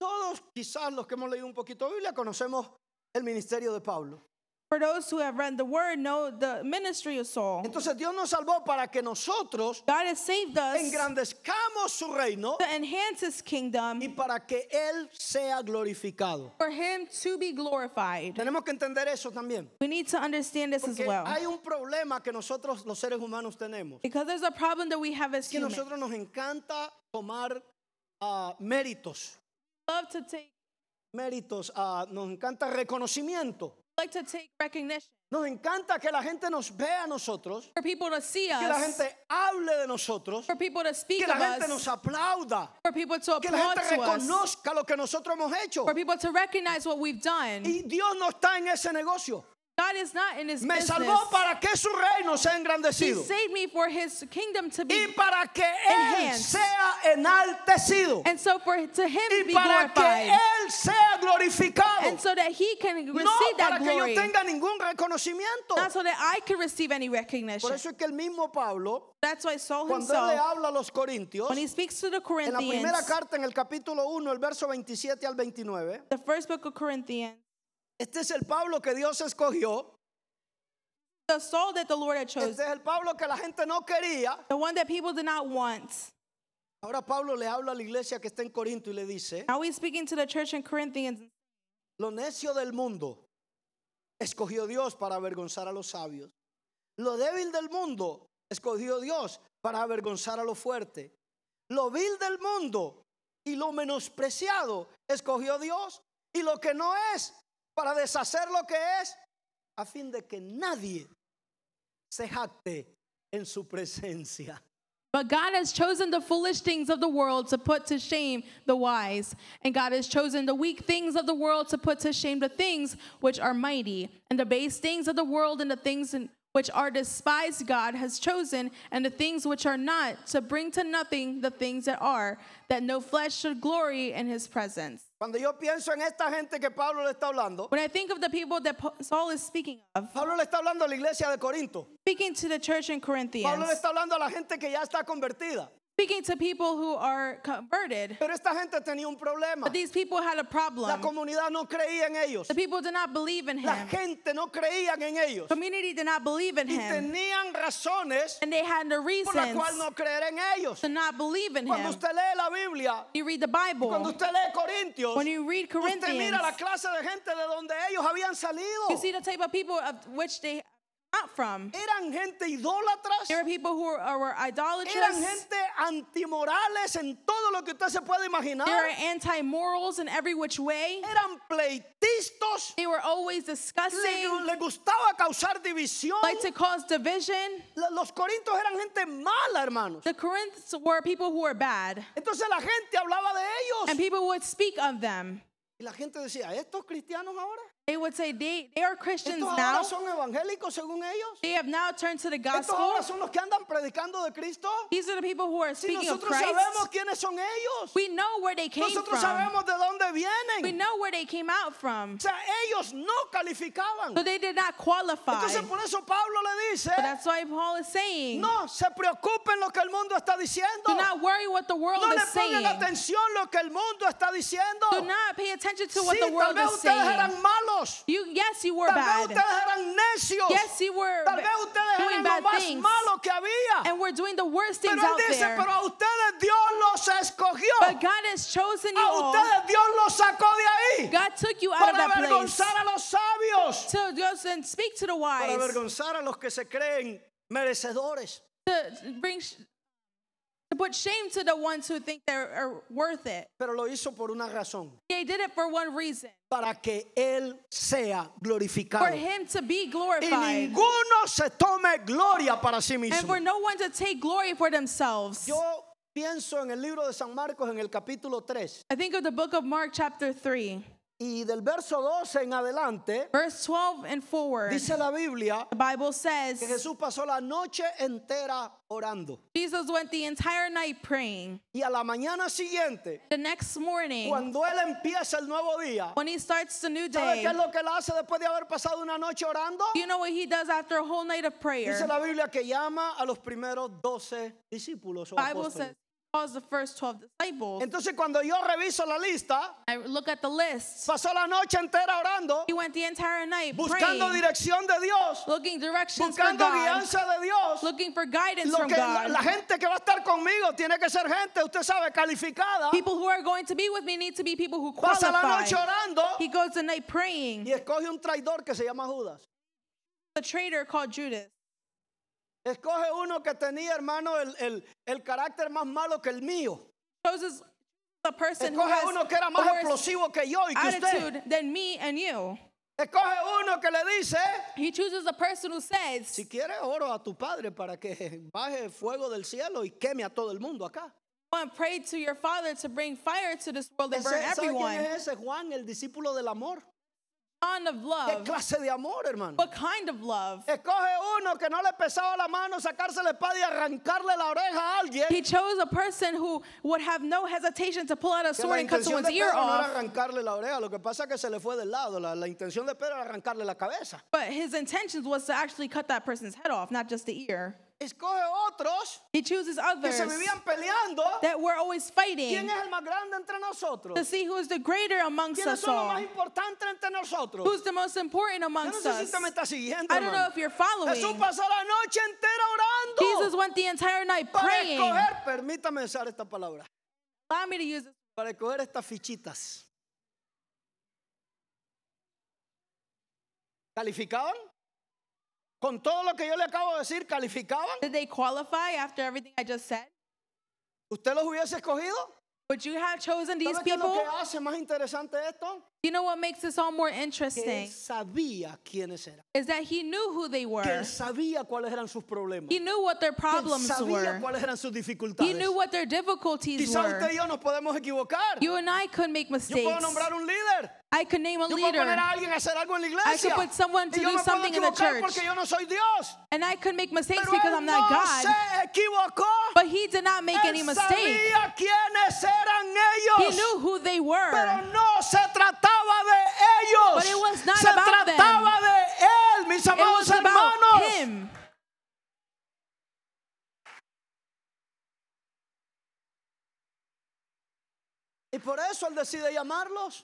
Speaker 1: Todos, quizás los que hemos leído un poquito de Biblia, conocemos el ministerio de Pablo.
Speaker 2: For those who have read the word, know the ministry of Saul.
Speaker 1: Entonces Dios nos salvó para que nosotros
Speaker 2: God has saved us
Speaker 1: engrandezcamos su reino
Speaker 2: to enhance his kingdom
Speaker 1: y para que Él sea glorificado.
Speaker 2: for him to be glorified.
Speaker 1: Tenemos que entender eso también.
Speaker 2: We need to understand this as
Speaker 1: Porque
Speaker 2: well.
Speaker 1: hay un problema que nosotros los seres humanos tenemos.
Speaker 2: Because there's a problem that we have as
Speaker 1: que
Speaker 2: humans. We
Speaker 1: nosotros nos encanta tomar ah, méritos,
Speaker 2: love to take
Speaker 1: méritos, ah, nos encanta reconocimiento,
Speaker 2: like to take recognition
Speaker 1: nos encanta que la gente nos vea a nosotros,
Speaker 2: for people to see
Speaker 1: que la
Speaker 2: us,
Speaker 1: gente hable de nosotros,
Speaker 2: for people to speak
Speaker 1: que
Speaker 2: of
Speaker 1: la gente
Speaker 2: us,
Speaker 1: nos aplauda,
Speaker 2: for people to
Speaker 1: que la
Speaker 2: applaud
Speaker 1: gente
Speaker 2: to us,
Speaker 1: reconozca lo que nosotros hemos hecho.
Speaker 2: for people to recognize what we've done.
Speaker 1: Y Dios no está en ese negocio.
Speaker 2: God is not in his
Speaker 1: Me
Speaker 2: business.
Speaker 1: salvó para que su reino sea
Speaker 2: he
Speaker 1: engrandecido
Speaker 2: saved me for his kingdom to be
Speaker 1: y para que él
Speaker 2: enhanced.
Speaker 1: sea enaltecido
Speaker 2: and so for to him
Speaker 1: y
Speaker 2: be
Speaker 1: para que
Speaker 2: glorified
Speaker 1: él sea glorificado.
Speaker 2: and so that he can receive
Speaker 1: No
Speaker 2: that
Speaker 1: para que yo
Speaker 2: glory.
Speaker 1: tenga ningún reconocimiento.
Speaker 2: Not so that I can receive any
Speaker 1: Por
Speaker 2: recognition.
Speaker 1: eso es que el mismo Pablo,
Speaker 2: That's why Saul
Speaker 1: cuando él le
Speaker 2: himself,
Speaker 1: habla a los corintios,
Speaker 2: when he speaks to the
Speaker 1: en la
Speaker 2: Corinthians,
Speaker 1: primera carta, en el capítulo 1, el verso 27 al 29,
Speaker 2: the first book of Corinthians,
Speaker 1: este es el Pablo que Dios escogió,
Speaker 2: the Saul that the Lord had
Speaker 1: este es
Speaker 2: chosen,
Speaker 1: el Pablo que la gente no quería.
Speaker 2: the one that people did not want.
Speaker 1: Ahora Pablo le habla a la iglesia que está en Corinto y le dice,
Speaker 2: Now he's speaking to the church in Corinthians.
Speaker 1: Lo necio del mundo escogió Dios para avergonzar a los sabios. Lo débil del mundo escogió Dios para avergonzar a lo fuerte. Lo vil del mundo y lo menospreciado escogió Dios y lo que no es para deshacer lo que es a fin de que nadie se jacte en su presencia.
Speaker 2: But God has chosen the foolish things of the world to put to shame the wise, and God has chosen the weak things of the world to put to shame the things which are mighty, and the base things of the world and the things in- which are despised God has chosen, and the things which are not to bring to nothing the things that are, that no flesh should glory in His presence.
Speaker 1: Cuando yo pienso en esta gente que Pablo le está hablando,
Speaker 2: When I think of the people that Pa- Saul is speaking of,
Speaker 1: Pablo le está hablando a la iglesia de Corinto.
Speaker 2: speaking to the church in
Speaker 1: Pablo le
Speaker 2: Corinthians,
Speaker 1: está hablando a la gente que ya está convertida.
Speaker 2: speaking to people who are converted,
Speaker 1: Pero esta gente tenía un problema.
Speaker 2: but these people had a
Speaker 1: La
Speaker 2: problem.
Speaker 1: comunidad no creía en ellos.
Speaker 2: The people did not believe in
Speaker 1: La
Speaker 2: him.
Speaker 1: gente no creía en ellos.
Speaker 2: Community did not believe in
Speaker 1: Y
Speaker 2: him.
Speaker 1: tenían razones
Speaker 2: And they had no
Speaker 1: por la
Speaker 2: reasons
Speaker 1: cual no creer en ellos.
Speaker 2: to not believe in
Speaker 1: Cuando
Speaker 2: him.
Speaker 1: usted lee la Biblia,
Speaker 2: You read the
Speaker 1: cuando
Speaker 2: Bible,
Speaker 1: usted lee Corintios,
Speaker 2: when you read
Speaker 1: usted
Speaker 2: Corinthians,
Speaker 1: mira la clase de gente de donde ellos habían salido.
Speaker 2: you see the type of people of which they not from.
Speaker 1: Eran gente idólatras,
Speaker 2: There were people who were, were
Speaker 1: eran
Speaker 2: idolatrous.
Speaker 1: gente antimorales en todo lo que usted se puede imaginar.
Speaker 2: They were anti-morals in every which way.
Speaker 1: Eran pleitistas,
Speaker 2: They were always
Speaker 1: les,
Speaker 2: discussing,
Speaker 1: les gustaba causar división.
Speaker 2: like to cause division.
Speaker 1: La- Los corintios eran gente mala, hermanos.
Speaker 2: The Corinthians were people who were bad.
Speaker 1: Entonces la gente hablaba de
Speaker 2: And
Speaker 1: ellos.
Speaker 2: people would speak of them.
Speaker 1: Y la gente decía, ¿estos cristianos ahora?
Speaker 2: They would say, they, they are Christians
Speaker 1: ¿Estos ahora
Speaker 2: now.
Speaker 1: son evangélicos según ellos?
Speaker 2: They have now turned to the
Speaker 1: ¿Estos
Speaker 2: gospel.
Speaker 1: ahora son los que andan predicando de Cristo?
Speaker 2: These are the people who are
Speaker 1: Si
Speaker 2: speaking of
Speaker 1: nosotros sabemos
Speaker 2: Christ.
Speaker 1: quiénes son ellos,
Speaker 2: We know where they came
Speaker 1: nosotros
Speaker 2: from.
Speaker 1: sabemos de dónde
Speaker 2: We
Speaker 1: vienen.
Speaker 2: know where they came out from.
Speaker 1: O sea, ellos no calificaban.
Speaker 2: So they did not qualify.
Speaker 1: Entonces
Speaker 2: But
Speaker 1: por eso Pablo le dice,
Speaker 2: that's why Paul is saying,
Speaker 1: no se preocupen lo que el mundo está diciendo.
Speaker 2: do not worry what the world
Speaker 1: No le
Speaker 2: is
Speaker 1: pongan
Speaker 2: saying.
Speaker 1: atención lo que el mundo está diciendo.
Speaker 2: Do not pay attention to what
Speaker 1: Sí,
Speaker 2: the
Speaker 1: tal
Speaker 2: world
Speaker 1: vez
Speaker 2: is
Speaker 1: ustedes
Speaker 2: saying.
Speaker 1: eran malos.
Speaker 2: You, yes, you were
Speaker 1: Tal vez
Speaker 2: bad.
Speaker 1: ustedes eran necios.
Speaker 2: Yes, you were
Speaker 1: Tal vez ustedes eran
Speaker 2: doing
Speaker 1: lo
Speaker 2: bad
Speaker 1: más
Speaker 2: things.
Speaker 1: malo que había.
Speaker 2: And we're doing the worst
Speaker 1: Pero
Speaker 2: things
Speaker 1: él
Speaker 2: out
Speaker 1: dice, pero
Speaker 2: there.
Speaker 1: a ustedes Dios los escogió.
Speaker 2: But God has chosen you
Speaker 1: A
Speaker 2: all.
Speaker 1: ustedes Dios los sacó de ahí
Speaker 2: God took you out of
Speaker 1: para
Speaker 2: that place
Speaker 1: avergonzar a los sabios,
Speaker 2: to go and speak to the
Speaker 1: para
Speaker 2: wise,
Speaker 1: avergonzar a los que se creen merecedores.
Speaker 2: to bring sh- to put shame to the ones who think they're are worth it.
Speaker 1: Pero lo hizo por una razón,
Speaker 2: They did it for one reason:
Speaker 1: para que él sea glorificado.
Speaker 2: for him to be
Speaker 1: Y
Speaker 2: glorified,
Speaker 1: ninguno se tome gloria para sí
Speaker 2: and
Speaker 1: mismo.
Speaker 2: for no one to take glory for themselves.
Speaker 1: Yo pienso en el libro de San Marcos en el capítulo 3
Speaker 2: I think of the book of Mark, chapter three,
Speaker 1: y del verso 12 en adelante
Speaker 2: verse twelve and forward.
Speaker 1: dice la Biblia
Speaker 2: The Bible
Speaker 1: que
Speaker 2: says
Speaker 1: Jesús pasó la noche entera orando
Speaker 2: Jesus went the entire night praying.
Speaker 1: y a la mañana siguiente
Speaker 2: The next morning,
Speaker 1: cuando él empieza el nuevo día
Speaker 2: when he starts the new
Speaker 1: ¿sabe
Speaker 2: day,
Speaker 1: qué es lo que él hace después de haber pasado una noche orando?
Speaker 2: do you know what he does after a whole night of prayer?
Speaker 1: Dice la Biblia que llama a los primeros 12 discípulos o
Speaker 2: Bible says
Speaker 1: apóstoles.
Speaker 2: he calls the first 12 disciples.
Speaker 1: Entonces cuando yo reviso la lista,
Speaker 2: I look at the list.
Speaker 1: pasó la noche entera orando,
Speaker 2: He went the entire night
Speaker 1: buscando
Speaker 2: praying,
Speaker 1: dirección de Dios,
Speaker 2: looking directions for
Speaker 1: buscando
Speaker 2: God,
Speaker 1: guianza de Dios.
Speaker 2: looking for guidance
Speaker 1: Lo
Speaker 2: from
Speaker 1: que la,
Speaker 2: God.
Speaker 1: la gente que va a estar conmigo tiene que ser gente, usted sabe, calificada.
Speaker 2: People who are going to be with me need to be people who
Speaker 1: Pasa la
Speaker 2: qualify.
Speaker 1: noche orando
Speaker 2: He goes the night praying.
Speaker 1: y escoge un traidor que se llama Judas.
Speaker 2: The traitor called Judas.
Speaker 1: Escoge uno que tenía, hermano, el, el- el carácter más malo que el mío.
Speaker 2: Chooses the person who
Speaker 1: Escoge uno que era más
Speaker 2: has a worse
Speaker 1: explosivo que yo y que usted.
Speaker 2: attitude than me and you.
Speaker 1: Escoge uno que le dice,
Speaker 2: He chooses a person who says,
Speaker 1: si quieres oro a tu padre para que baje fuego del cielo y queme a todo el mundo acá.
Speaker 2: "Go and pray to your father to bring fire to this world and
Speaker 1: Ese,
Speaker 2: burn
Speaker 1: ¿sabe quién
Speaker 2: everyone."
Speaker 1: es ese? Juan, el discípulo del amor.
Speaker 2: Kind of
Speaker 1: ¿Qué
Speaker 2: love.
Speaker 1: clase de amor, hermano?
Speaker 2: What kind of love?
Speaker 1: Escoge uno que no le pesaba la mano sacarse la espada y arrancarle la oreja a alguien.
Speaker 2: He chose a person who would have no hesitation to pull out a
Speaker 1: Que la
Speaker 2: sword and cut
Speaker 1: intención
Speaker 2: someone's
Speaker 1: de
Speaker 2: ear
Speaker 1: Pedro no era
Speaker 2: off.
Speaker 1: arrancarle la oreja, lo que pasa es que se le fue del lado. La, la intención de Pedro era arrancarle la cabeza.
Speaker 2: But his intentions was to actually cut that person's head off, not just the ear.
Speaker 1: Escoge otros
Speaker 2: He chooses
Speaker 1: que
Speaker 2: others
Speaker 1: se vivían peleando.
Speaker 2: that were always
Speaker 1: ¿Quién
Speaker 2: fighting
Speaker 1: es el más grande entre nosotros?
Speaker 2: to see who is the greater amongst
Speaker 1: ¿Quiénes
Speaker 2: us
Speaker 1: son los más
Speaker 2: all.
Speaker 1: importantes entre nosotros?
Speaker 2: Who's the most important
Speaker 1: Yo no
Speaker 2: amongst
Speaker 1: sé si
Speaker 2: us?
Speaker 1: usted me está siguiendo.
Speaker 2: I don't know
Speaker 1: hermano.
Speaker 2: if you're
Speaker 1: Jesús
Speaker 2: following.
Speaker 1: pasó la noche entera
Speaker 2: Jesus
Speaker 1: orando
Speaker 2: went the entire night
Speaker 1: para
Speaker 2: praying.
Speaker 1: escoger, permítame usar esta palabra,
Speaker 2: Allow me to use this.
Speaker 1: para escoger estas fichitas. ¿Calificaban? Con todo lo que yo le acabo de decir, ¿calificaban?
Speaker 2: Did they qualify after everything I just said?
Speaker 1: ¿Usted los hubiese escogido?
Speaker 2: Would you have chosen these
Speaker 1: ¿Sabe qué es lo
Speaker 2: people?
Speaker 1: que hace más interesante esto?
Speaker 2: You know what makes this all more
Speaker 1: Que
Speaker 2: interesting
Speaker 1: él sabía quiénes eran.
Speaker 2: is that he knew who they
Speaker 1: Que
Speaker 2: were.
Speaker 1: él sabía cuáles eran sus problemas.
Speaker 2: He
Speaker 1: Que
Speaker 2: knew what their
Speaker 1: él
Speaker 2: problems
Speaker 1: sabía
Speaker 2: were.
Speaker 1: cuáles eran sus
Speaker 2: He
Speaker 1: dificultades.
Speaker 2: knew what their difficulties
Speaker 1: Quizá
Speaker 2: were.
Speaker 1: usted y yo nos podemos equivocar.
Speaker 2: You and I could make
Speaker 1: Yo puedo
Speaker 2: mistakes.
Speaker 1: nombrar un líder.
Speaker 2: I could name a
Speaker 1: Yo puedo poner
Speaker 2: leader,
Speaker 1: a alguien a hacer algo en la
Speaker 2: I could
Speaker 1: iglesia.
Speaker 2: put someone to
Speaker 1: y yo
Speaker 2: do
Speaker 1: me puedo
Speaker 2: something in the
Speaker 1: equivocar
Speaker 2: church.
Speaker 1: porque yo no soy Dios.
Speaker 2: and I could make mistakes
Speaker 1: Pero
Speaker 2: because
Speaker 1: él
Speaker 2: I'm
Speaker 1: no
Speaker 2: not God.
Speaker 1: se equivocó.
Speaker 2: But he did not make
Speaker 1: él
Speaker 2: any mistake.
Speaker 1: sabía quiénes eran
Speaker 2: He
Speaker 1: ellos.
Speaker 2: knew who they
Speaker 1: pero
Speaker 2: were.
Speaker 1: no se trataba de ellos.
Speaker 2: But it was not
Speaker 1: se
Speaker 2: about them.
Speaker 1: trataba de él, mis
Speaker 2: It
Speaker 1: amados
Speaker 2: was about
Speaker 1: hermanos.
Speaker 2: him.
Speaker 1: Y por eso él decide llamarlos.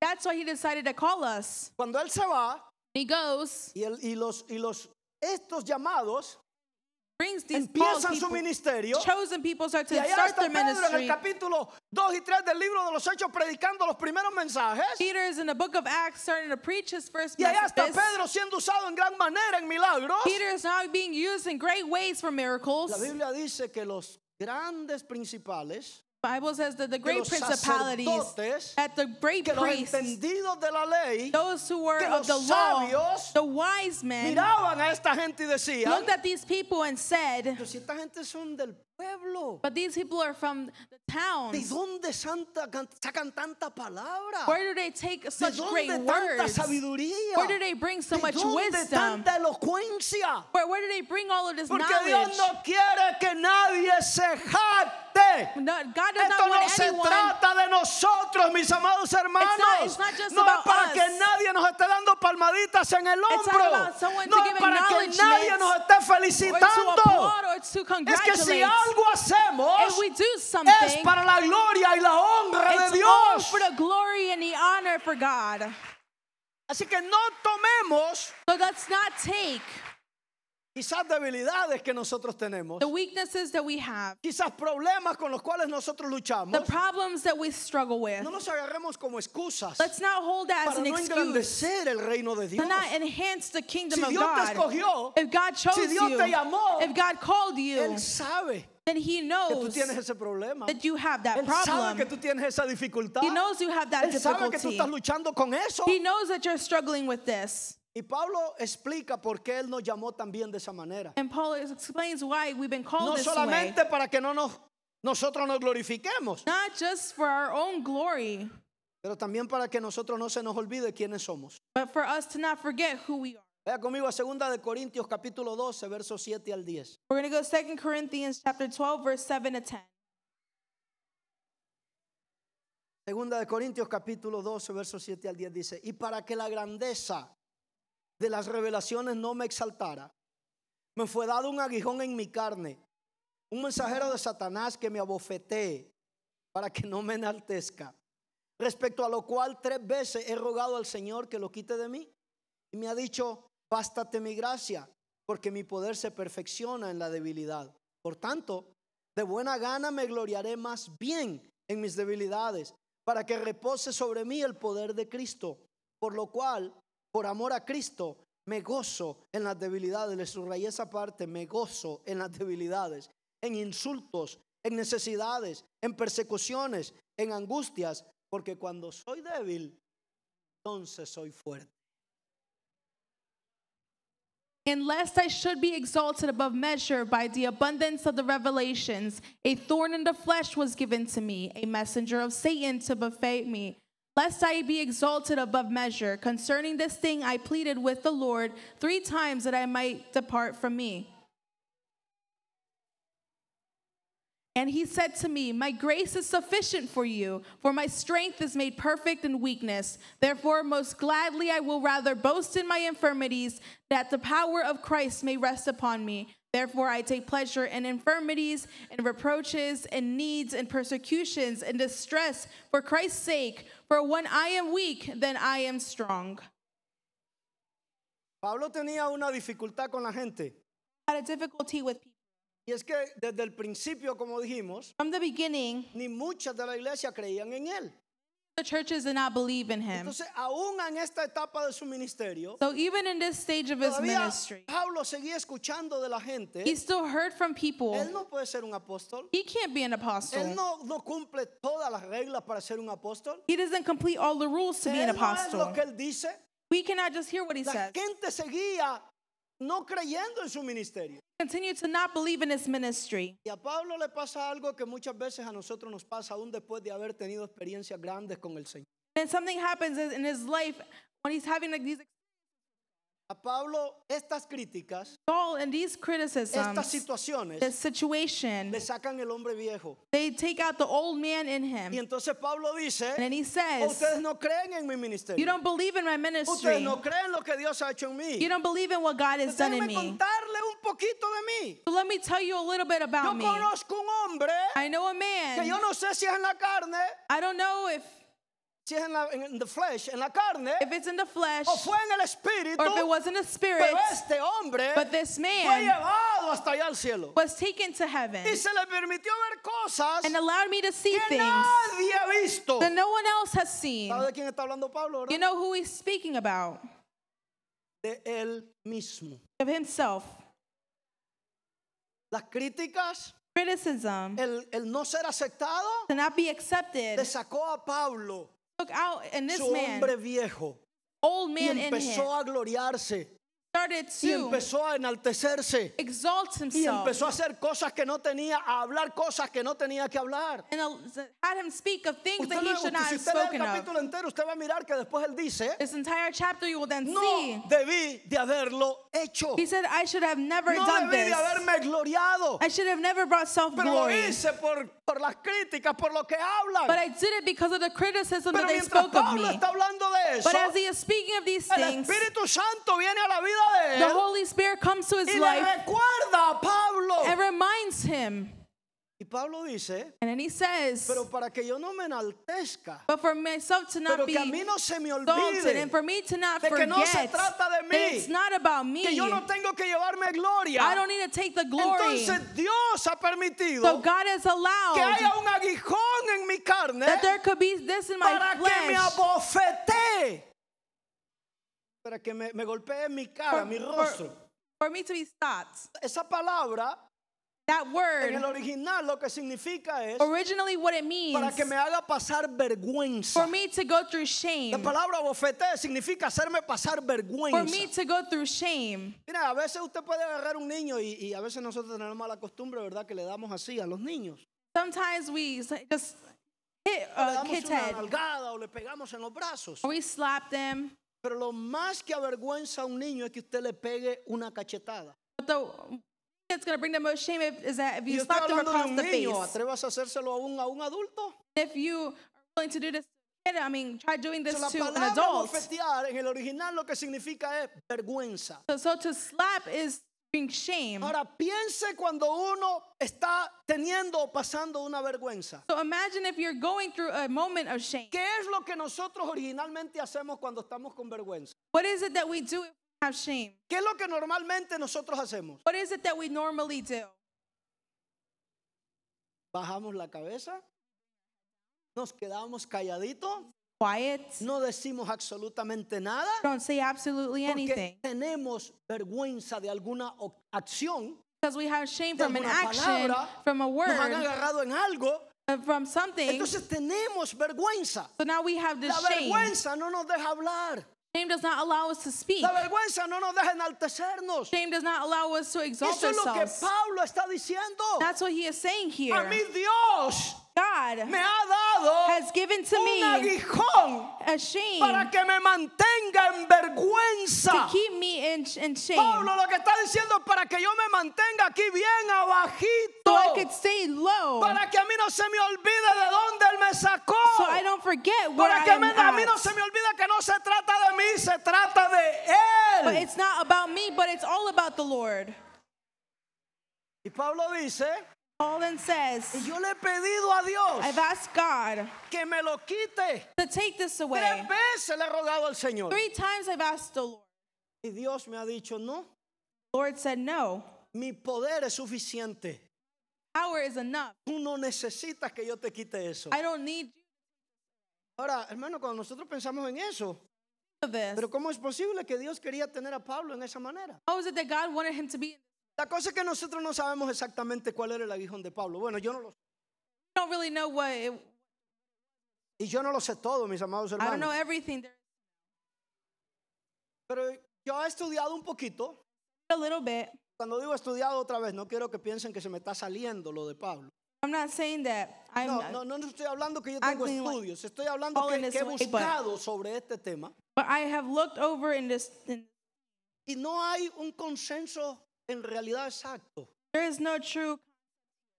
Speaker 2: That's why he decided to call us.
Speaker 1: Cuando él se va
Speaker 2: He goes,
Speaker 1: y, él- y los y los estos llamados
Speaker 2: brings these called
Speaker 1: empiezan su
Speaker 2: people,
Speaker 1: ministerio.
Speaker 2: chosen people, start to
Speaker 1: Y allá está
Speaker 2: start their
Speaker 1: Pedro en el
Speaker 2: ministry.
Speaker 1: capítulo 2 y 3 del libro de los Hechos predicando los primeros mensajes.
Speaker 2: Peter is in the book of Acts starting to preach his first
Speaker 1: Y allá está
Speaker 2: message.
Speaker 1: Pedro siendo usado en gran manera en milagros.
Speaker 2: Peter is now being used in great ways for miracles.
Speaker 1: La Biblia dice que los grandes principales,
Speaker 2: Bible says that the
Speaker 1: que
Speaker 2: great
Speaker 1: los
Speaker 2: principalities,
Speaker 1: sacerdotes,
Speaker 2: that the great
Speaker 1: que los
Speaker 2: priests,
Speaker 1: entendidos de la ley
Speaker 2: those who were
Speaker 1: que
Speaker 2: of the
Speaker 1: los
Speaker 2: law,
Speaker 1: sabios
Speaker 2: the wise men,
Speaker 1: miraban a esta gente y decían,
Speaker 2: looked at these people and said,
Speaker 1: pero si esta gente son del pueblo,
Speaker 2: But these people are from the
Speaker 1: ¿de
Speaker 2: towns.
Speaker 1: dónde santa- can- sacan tanta palabra?
Speaker 2: Where do they take
Speaker 1: ¿De
Speaker 2: such great
Speaker 1: dónde tanta
Speaker 2: words?
Speaker 1: sabiduría?
Speaker 2: Where do they bring so
Speaker 1: ¿De
Speaker 2: much
Speaker 1: dónde
Speaker 2: wisdom?
Speaker 1: tanta elocuencia?
Speaker 2: Where, where do they bring all of this
Speaker 1: Porque
Speaker 2: knowledge?
Speaker 1: Dios no quiere que nadie se jate.
Speaker 2: No, God
Speaker 1: Esto
Speaker 2: does not
Speaker 1: no
Speaker 2: want
Speaker 1: se
Speaker 2: anyone.
Speaker 1: trata de nosotros, mis amados hermanos.
Speaker 2: it's not just
Speaker 1: no es
Speaker 2: about
Speaker 1: para
Speaker 2: us.
Speaker 1: que nadie nos esté dando palmaditas en el
Speaker 2: not
Speaker 1: hombro.
Speaker 2: about someone
Speaker 1: No
Speaker 2: to
Speaker 1: es
Speaker 2: give
Speaker 1: para que
Speaker 2: acknowledgement
Speaker 1: nadie nos esté
Speaker 2: or to
Speaker 1: felicitando.
Speaker 2: applaud or to
Speaker 1: Es que
Speaker 2: congratulate.
Speaker 1: si algo
Speaker 2: if
Speaker 1: hacemos
Speaker 2: we do
Speaker 1: es
Speaker 2: something,
Speaker 1: para la gloria y la honra
Speaker 2: it's
Speaker 1: de
Speaker 2: all
Speaker 1: Dios.
Speaker 2: for the glory and the honor for God.
Speaker 1: Así que no tomemos
Speaker 2: So let's not take
Speaker 1: quizás debilidades que nosotros tenemos,
Speaker 2: the weaknesses that we have,
Speaker 1: quizás problemas con los cuales nosotros
Speaker 2: the
Speaker 1: luchamos.
Speaker 2: problems that we struggle with.
Speaker 1: No nos agarremos como excusas.
Speaker 2: Let's not hold that as
Speaker 1: para
Speaker 2: an
Speaker 1: no
Speaker 2: excuse
Speaker 1: engrandecer el reino de Dios.
Speaker 2: to not enhance the kingdom
Speaker 1: Si
Speaker 2: of
Speaker 1: Dios te
Speaker 2: God.
Speaker 1: escogió,
Speaker 2: If God chose
Speaker 1: si Dios
Speaker 2: you,
Speaker 1: te llamó,
Speaker 2: if God called you,
Speaker 1: Él sabe
Speaker 2: then
Speaker 1: que
Speaker 2: He
Speaker 1: tú
Speaker 2: knows
Speaker 1: tienes ese problema.
Speaker 2: that you have that
Speaker 1: Él sabe que
Speaker 2: problem.
Speaker 1: tú tienes esa dificultad.
Speaker 2: He knows you have that
Speaker 1: Él sabe que tú
Speaker 2: difficulty.
Speaker 1: estás luchando con eso.
Speaker 2: He knows that you're struggling with this.
Speaker 1: Y Pablo explica por qué Él nos llamó también de esa manera.
Speaker 2: And Paul explains why we've been called
Speaker 1: No
Speaker 2: this way.
Speaker 1: solamente para que no nos, nosotros nos glorifiquemos,
Speaker 2: Not just for our own glory,
Speaker 1: pero también para que nosotros no se nos olvide quiénes somos.
Speaker 2: but for us to not forget who we are.
Speaker 1: Vaya conmigo a 2 de Corintios capítulo 12, versos 7 al 10.
Speaker 2: We're going to go Second Corinthians chapter 12 verse 7 to 10.
Speaker 1: 2 de Corintios capítulo 12, versos 7 al 10 dice, y para que la grandeza de las revelaciones no me exaltara, me fue dado un aguijón en mi carne, un mensajero de Satanás que me abofetee para que no me enaltezca, respecto a lo cual tres veces he rogado al Señor que lo quite de mí, y me ha dicho, bástate mi gracia, porque mi poder se perfecciona en la debilidad. Por tanto, de buena gana me gloriaré más bien en mis debilidades, para que repose sobre mí el poder de Cristo. Por lo cual, por amor a Cristo, me gozo en las debilidades. Le subrayé esa parte, me gozo en las debilidades, en insultos, en necesidades, en persecuciones, en angustias, porque cuando soy débil, entonces soy fuerte.
Speaker 2: And lest I should be exalted above measure by the abundance of the revelations, a thorn in the flesh was given to me, a messenger of Satan to buffet me, Lest I be exalted above measure. Concerning this thing, I pleaded with the Lord three times that I might depart from me. And he said to me, My grace is sufficient for you, for my strength is made perfect in weakness. Therefore, most gladly I will rather boast in my infirmities, that the power of Christ may rest upon me. Therefore, I take pleasure in infirmities, in reproaches, in needs, in persecutions, in distress for Christ's sake. For when I am weak, then I am strong.
Speaker 1: Pablo tenía una dificultad con la gente.
Speaker 2: I had a difficulty with people.
Speaker 1: Y es que desde el principio, como dijimos,
Speaker 2: From the beginning,
Speaker 1: ni muchas de la iglesia creían en él.
Speaker 2: Em. the churches did not believe in him.
Speaker 1: Entonces, aún en esta etapa de su ministerio,
Speaker 2: So even in this stage of his
Speaker 1: todavía
Speaker 2: ministry,
Speaker 1: Pablo seguía escuchando de la gente.
Speaker 2: he still heard from people.
Speaker 1: Él no puede ser un apóstol.
Speaker 2: He can't be an
Speaker 1: Él
Speaker 2: apostle.
Speaker 1: no, no cumple todas las reglas para ser un apóstol.
Speaker 2: He doesn't complete all the rules to be an
Speaker 1: Él no es lo
Speaker 2: apostle.
Speaker 1: que él dice.
Speaker 2: We cannot just hear what he
Speaker 1: La
Speaker 2: says.
Speaker 1: gente seguía no creyendo en su ministerio.
Speaker 2: Continue to not believe in his ministry.
Speaker 1: Y a Pablo le pasa algo que muchas veces a nosotros nos pasa, aún después de haber tenido experiencias grandes con el Señor.
Speaker 2: And something happens in his life when he's having like these
Speaker 1: A Pablo estas críticas,
Speaker 2: all and these
Speaker 1: estas
Speaker 2: criticisms,
Speaker 1: situaciones,
Speaker 2: this situation,
Speaker 1: le sacan el hombre viejo.
Speaker 2: they take out the old man in
Speaker 1: Y
Speaker 2: him.
Speaker 1: entonces Pablo
Speaker 2: And
Speaker 1: dice,
Speaker 2: then he says,
Speaker 1: ustedes no creen en mi
Speaker 2: You
Speaker 1: ministerio.
Speaker 2: don't believe in my
Speaker 1: Ustedes
Speaker 2: ministry.
Speaker 1: no creen lo que Dios ha hecho en mí.
Speaker 2: You don't believe in what God has done in
Speaker 1: Déjenme
Speaker 2: me.
Speaker 1: contarle un poquito de mí.
Speaker 2: So let me tell you a little bit
Speaker 1: Yo
Speaker 2: about me.
Speaker 1: conozco un hombre
Speaker 2: I know a
Speaker 1: que yo
Speaker 2: man.
Speaker 1: no sé si es en la carne,
Speaker 2: I don't know if
Speaker 1: si es en la en- en the flesh, en la carne,
Speaker 2: if it's in the flesh
Speaker 1: o fue en el espíritu,
Speaker 2: or if it was in the spirit,
Speaker 1: pero este hombre
Speaker 2: but this
Speaker 1: fue
Speaker 2: man
Speaker 1: llevado hasta allá al cielo
Speaker 2: was taken to heaven
Speaker 1: y se le permitió ver cosas
Speaker 2: and allowed me to see
Speaker 1: que
Speaker 2: things
Speaker 1: nadie ha visto.
Speaker 2: that no one else has seen.
Speaker 1: ¿Sabe de quién está hablando Pablo? verdad?
Speaker 2: You know who he's speaking about?
Speaker 1: De él mismo.
Speaker 2: Of himself.
Speaker 1: Las críticas,
Speaker 2: Criticism
Speaker 1: el, el no ser aceptado,
Speaker 2: to not be accepted
Speaker 1: le sacó a Pablo,
Speaker 2: took out in this
Speaker 1: su
Speaker 2: man,
Speaker 1: hombre viejo,
Speaker 2: old
Speaker 1: y
Speaker 2: man in him,
Speaker 1: empezó a gloriarse.
Speaker 2: started
Speaker 1: y
Speaker 2: to
Speaker 1: empezó a enaltecerse
Speaker 2: exalt
Speaker 1: y
Speaker 2: himself
Speaker 1: empezó a hacer cosas que no tenía, a hablar cosas que no tenía que hablar.
Speaker 2: and uh, had him speak of things
Speaker 1: Usted
Speaker 2: that
Speaker 1: le-
Speaker 2: he
Speaker 1: usted-
Speaker 2: should not
Speaker 1: si
Speaker 2: have
Speaker 1: usted lee el
Speaker 2: spoken of.
Speaker 1: capítulo entero, usted va a mirar que después él dice,
Speaker 2: This entire chapter you will then see.
Speaker 1: no debí de haberlo hecho,
Speaker 2: He said, I should have never
Speaker 1: no
Speaker 2: done
Speaker 1: debí
Speaker 2: this.
Speaker 1: de haberme gloriado,
Speaker 2: I should have never brought self
Speaker 1: pero lo
Speaker 2: glory.
Speaker 1: hice por, por las críticas, por lo que
Speaker 2: But
Speaker 1: hablan.
Speaker 2: I did it because of the criticism
Speaker 1: Pero
Speaker 2: that they
Speaker 1: mientras
Speaker 2: spoke of
Speaker 1: Pablo
Speaker 2: me.
Speaker 1: está hablando de eso,
Speaker 2: But as he is speaking of these
Speaker 1: el
Speaker 2: things,
Speaker 1: Espíritu Santo viene a la vida de
Speaker 2: the
Speaker 1: él
Speaker 2: Holy Spirit comes to his
Speaker 1: y le
Speaker 2: life
Speaker 1: recuerda a Pablo.
Speaker 2: and reminds him.
Speaker 1: Y Pablo dice,
Speaker 2: And then he says,
Speaker 1: pero para que yo no me enaltezca,
Speaker 2: But for myself to
Speaker 1: Pero
Speaker 2: not be
Speaker 1: que a mí no se me
Speaker 2: exalted
Speaker 1: olvide
Speaker 2: and for me to not
Speaker 1: de que
Speaker 2: forget
Speaker 1: no se trata de
Speaker 2: that
Speaker 1: mí,
Speaker 2: it's not about me.
Speaker 1: que yo no tengo que llevarme
Speaker 2: I
Speaker 1: gloria.
Speaker 2: don't need to take the glory.
Speaker 1: Entonces Dios ha
Speaker 2: So
Speaker 1: permitido
Speaker 2: God has
Speaker 1: que
Speaker 2: allowed
Speaker 1: haya un aguijón en mi carne
Speaker 2: that there could be this in my
Speaker 1: para que me
Speaker 2: flesh.
Speaker 1: abofetee, para que me, me golpee mi cara, mi rostro.
Speaker 2: for me to be stopped.
Speaker 1: Esa palabra
Speaker 2: That
Speaker 1: en el
Speaker 2: word,
Speaker 1: original lo que significa es
Speaker 2: originally what it means,
Speaker 1: para que me haga pasar vergüenza.
Speaker 2: for me to go through
Speaker 1: La
Speaker 2: shame,
Speaker 1: palabra bofetee significa hacerme pasar
Speaker 2: for
Speaker 1: vergüenza.
Speaker 2: me to go through shame.
Speaker 1: Mira, a veces usted puede agarrar un niño y, y a veces nosotros tenemos la costumbre, ¿verdad? Que le damos así a los niños.
Speaker 2: Sometimes we s- just hit
Speaker 1: Le
Speaker 2: a
Speaker 1: damos
Speaker 2: kid's
Speaker 1: una
Speaker 2: head,
Speaker 1: nalgada o le pegamos en los brazos.
Speaker 2: or we slap them.
Speaker 1: Pero lo más que avergüenza a un niño es que usted le pegue una cachetada.
Speaker 2: But the thing that's going to bring the most shame if, is that if
Speaker 1: Y
Speaker 2: you
Speaker 1: yo estoy
Speaker 2: slap them
Speaker 1: hablando de
Speaker 2: across
Speaker 1: un
Speaker 2: the
Speaker 1: niño,
Speaker 2: face,
Speaker 1: ¿atrevas a hacérselo a un, a un adulto?
Speaker 2: if you are willing to do this, to a kid, I mean, try doing this
Speaker 1: So, la
Speaker 2: to an
Speaker 1: palabra
Speaker 2: adult.
Speaker 1: bofetear en el original lo que significa es vergüenza.
Speaker 2: So, so to slap is being shame.
Speaker 1: Ahora piense cuando uno está teniendo o pasando una vergüenza.
Speaker 2: So imagine if you're going through a moment of shame.
Speaker 1: ¿Qué es lo que nosotros originalmente hacemos cuando estamos con vergüenza?
Speaker 2: What is it that we do if we have shame?
Speaker 1: ¿Qué es lo que normalmente nosotros hacemos?
Speaker 2: What is it that we normally do?
Speaker 1: Bajamos la cabeza, nos quedamos calladitos,
Speaker 2: Quiet.
Speaker 1: no decimos absolutamente nada
Speaker 2: Don't say absolutely anything
Speaker 1: porque tenemos vergüenza de alguna o- acción.
Speaker 2: because we have shame
Speaker 1: de
Speaker 2: from an
Speaker 1: alguna
Speaker 2: action,
Speaker 1: palabra,
Speaker 2: from a
Speaker 1: Nos han
Speaker 2: word,
Speaker 1: agarrado en algo,
Speaker 2: uh, from something.
Speaker 1: entonces tenemos vergüenza.
Speaker 2: So now we have this
Speaker 1: La
Speaker 2: shame.
Speaker 1: vergüenza no nos deja hablar.
Speaker 2: Shame does not allow us to speak.
Speaker 1: La vergüenza no nos deja enaltecernos.
Speaker 2: Shame does not allow us to exalt
Speaker 1: Eso es lo que
Speaker 2: ourselves.
Speaker 1: Pablo está diciendo.
Speaker 2: That's what he is saying
Speaker 1: A mí
Speaker 2: here.
Speaker 1: Dios
Speaker 2: God
Speaker 1: me ha dado
Speaker 2: has given to
Speaker 1: un
Speaker 2: me
Speaker 1: aguijón
Speaker 2: a shame
Speaker 1: para que me mantenga en
Speaker 2: to
Speaker 1: vergüenza.
Speaker 2: keep me in, in shame.
Speaker 1: Pablo lo que está diciendo es para que yo me mantenga aquí bien
Speaker 2: So I could
Speaker 1: abajito.
Speaker 2: stay low.
Speaker 1: Para que a mí no se me olvide de dónde él me sacó.
Speaker 2: so I don't forget where
Speaker 1: Para que a
Speaker 2: I'm
Speaker 1: mí, a mí no
Speaker 2: at.
Speaker 1: se me olvide que no se trata de mí, se trata
Speaker 2: But
Speaker 1: de él.
Speaker 2: it's not about me, but it's all about the Lord.
Speaker 1: Y Pablo dice,
Speaker 2: Paul then
Speaker 1: y
Speaker 2: says,
Speaker 1: yo le he pedido a Dios
Speaker 2: I've asked God
Speaker 1: que me lo quite.
Speaker 2: to take this away.
Speaker 1: Tres veces le he rogado al Señor.
Speaker 2: Three times I've asked the Lord.
Speaker 1: Y Dios me ha dicho, no,
Speaker 2: The Lord said, No,
Speaker 1: mi poder es suficiente.
Speaker 2: power is enough.
Speaker 1: Tú no necesitas que yo te quite eso.
Speaker 2: I don't need
Speaker 1: Ahora, hermano, cuando nosotros pensamos en eso,
Speaker 2: of this.
Speaker 1: Pero ¿cómo es posible que Dios quería tener a Pablo en esa manera?
Speaker 2: How is it that God wanted him to be?
Speaker 1: La cosa es que nosotros no sabemos exactamente cuál era el aguijón de Pablo. Bueno, yo no lo sé.
Speaker 2: I don't really know what. It,
Speaker 1: Y yo no lo sé todo, mis amados
Speaker 2: I don't know
Speaker 1: hermanos.
Speaker 2: everything. There
Speaker 1: Pero yo he estudiado un poquito.
Speaker 2: a little bit.
Speaker 1: Cuando digo estudiado otra vez, no quiero que piensen que se me está saliendo lo de Pablo.
Speaker 2: I'm not saying that. I'm
Speaker 1: No,
Speaker 2: not-
Speaker 1: no, no estoy hablando que yo tengo
Speaker 2: Acting like-
Speaker 1: estudios. Estoy hablando
Speaker 2: All in
Speaker 1: que,
Speaker 2: this
Speaker 1: que he
Speaker 2: way, but-
Speaker 1: buscado sobre este tema.
Speaker 2: But I have looked over in this. In,
Speaker 1: Y no hay un consenso en realidad exacto.
Speaker 2: there is no true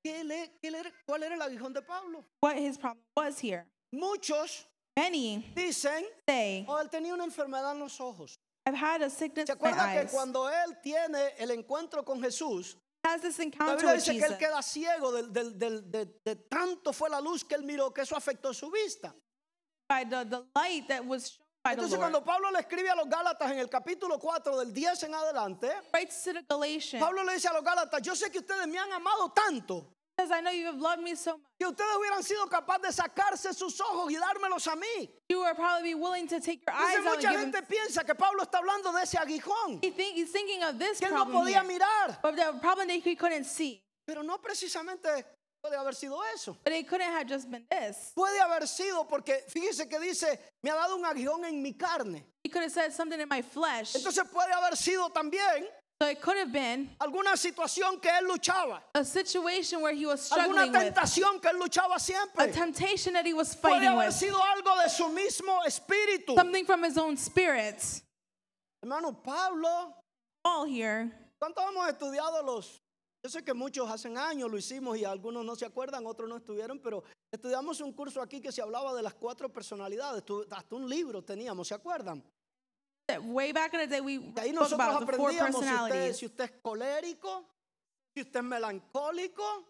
Speaker 1: ¿Qué le- qué le- ¿Cuál era el aguijón de Pablo?
Speaker 2: what his problem was here.
Speaker 1: Muchos
Speaker 2: Many
Speaker 1: dicen,
Speaker 2: say
Speaker 1: oh, él tenía una enfermedad en los ojos.
Speaker 2: I've had a sickness
Speaker 1: ¿Se
Speaker 2: in my
Speaker 1: acuerda que
Speaker 2: eyes.
Speaker 1: cuando él tiene el encuentro con Jesús,
Speaker 2: has this
Speaker 1: la
Speaker 2: encounter
Speaker 1: Biblia
Speaker 2: with
Speaker 1: dice que
Speaker 2: Jesus.
Speaker 1: él queda ciego del, del- del- de, de tanto fue la luz que él miró que eso afectó su vista?
Speaker 2: by the, the light that was shown by the
Speaker 1: Entonces
Speaker 2: Lord.
Speaker 1: cuando Pablo le escribe a los Gálatas en el capítulo 4 del 10 en adelante,
Speaker 2: Writes to the Galatians.
Speaker 1: Pablo le dice a los Gálatas, yo sé que ustedes me han amado tanto
Speaker 2: says, I know you have loved me so much.
Speaker 1: que ustedes hubieran sido capaces de sacarse sus ojos y dármelos a mí.
Speaker 2: You are probably willing to take your
Speaker 1: Dice,
Speaker 2: eyes out
Speaker 1: mucha
Speaker 2: and give
Speaker 1: gente
Speaker 2: him.
Speaker 1: piensa que Pablo está hablando de ese aguijón,
Speaker 2: He think, he's thinking of this
Speaker 1: que él no
Speaker 2: problem
Speaker 1: podía
Speaker 2: here,
Speaker 1: mirar,
Speaker 2: but the problem that he couldn't see.
Speaker 1: pero no precisamente puede haber sido eso.
Speaker 2: But it couldn't have just been this.
Speaker 1: Puede haber sido porque fíjese que dice, me ha dado un aguijón en mi carne.
Speaker 2: He could have said something in my flesh.
Speaker 1: Entonces puede haber sido también
Speaker 2: so it could have been
Speaker 1: alguna situación que él luchaba,
Speaker 2: a situation where he was
Speaker 1: alguna
Speaker 2: struggling with,
Speaker 1: tentación que él luchaba
Speaker 2: a
Speaker 1: siempre.
Speaker 2: temptation that he was
Speaker 1: Puede
Speaker 2: fighting
Speaker 1: haber
Speaker 2: with,
Speaker 1: sido algo de su mismo espíritu.
Speaker 2: something from his own spirit.
Speaker 1: Hermano Pablo,
Speaker 2: All here.
Speaker 1: ¿cuántos hemos estudiado los? Yo sé que muchos hace años lo hicimos y algunos no se acuerdan, otros no estuvieron, pero estudiamos un curso aquí que se hablaba de las cuatro personalidades. Tu- Hasta un libro teníamos, ¿se acuerdan?
Speaker 2: That way back in the day, we
Speaker 1: De ahí
Speaker 2: spoke
Speaker 1: nosotros
Speaker 2: about the four
Speaker 1: aprendíamos si usted,
Speaker 2: personalities.
Speaker 1: si usted es colérico, si usted es melancólico. O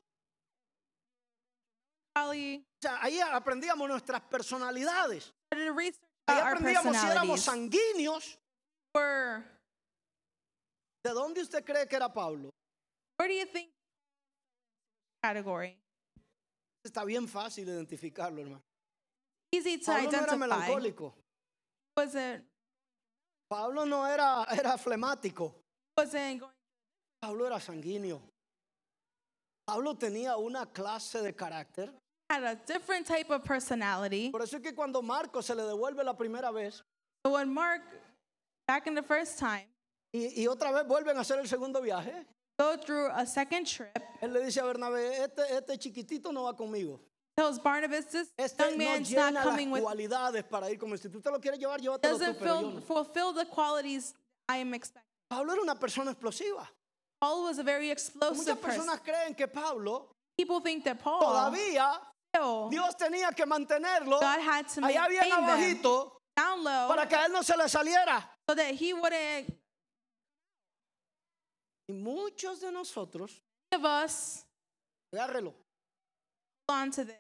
Speaker 2: Probably
Speaker 1: sea, ahí aprendíamos nuestras personalidades.
Speaker 2: started to research
Speaker 1: Ahí
Speaker 2: about our
Speaker 1: aprendíamos si éramos
Speaker 2: personalities.
Speaker 1: sanguíneos.
Speaker 2: Where,
Speaker 1: ¿De dónde usted cree que era Pablo?
Speaker 2: where do you think category?
Speaker 1: Está bien fácil identificarlo, hermano.
Speaker 2: Easy to
Speaker 1: Pablo no era
Speaker 2: identify.
Speaker 1: melancólico.
Speaker 2: wasn't
Speaker 1: Pablo no era, era flemático.
Speaker 2: wasn't going.
Speaker 1: Pablo era sanguíneo. Pablo tenía una clase de carácter.
Speaker 2: Had a different type of personality.
Speaker 1: Por eso es que cuando Marco se le devuelve la primera vez
Speaker 2: So when Mark, back in the first time,
Speaker 1: y, y otra vez vuelven a hacer el segundo viaje,
Speaker 2: go through a second trip,
Speaker 1: Él le dice a Bernabé, este, este chiquitito no va conmigo.
Speaker 2: tells Barnabas, this
Speaker 1: Este no
Speaker 2: young man's
Speaker 1: llena
Speaker 2: not
Speaker 1: las
Speaker 2: coming with,
Speaker 1: cualidades para ir como si tú te lo quieres llevar, llévatelo tú,
Speaker 2: doesn't
Speaker 1: pero yo
Speaker 2: fill,
Speaker 1: no.
Speaker 2: fulfill the qualities I am expecting.
Speaker 1: Pablo era una persona explosiva.
Speaker 2: Paul was a very
Speaker 1: Muchas
Speaker 2: explosive person.
Speaker 1: personas creen que Pablo
Speaker 2: People think that Paul,
Speaker 1: todavía
Speaker 2: still,
Speaker 1: Dios tenía que mantenerlo
Speaker 2: God had to
Speaker 1: allá bien
Speaker 2: maintain them
Speaker 1: abajito
Speaker 2: down low
Speaker 1: para que a él no se le saliera.
Speaker 2: so that he wouldn't
Speaker 1: Y muchos de nosotros,
Speaker 2: give us
Speaker 1: agárrelo,
Speaker 2: onto this.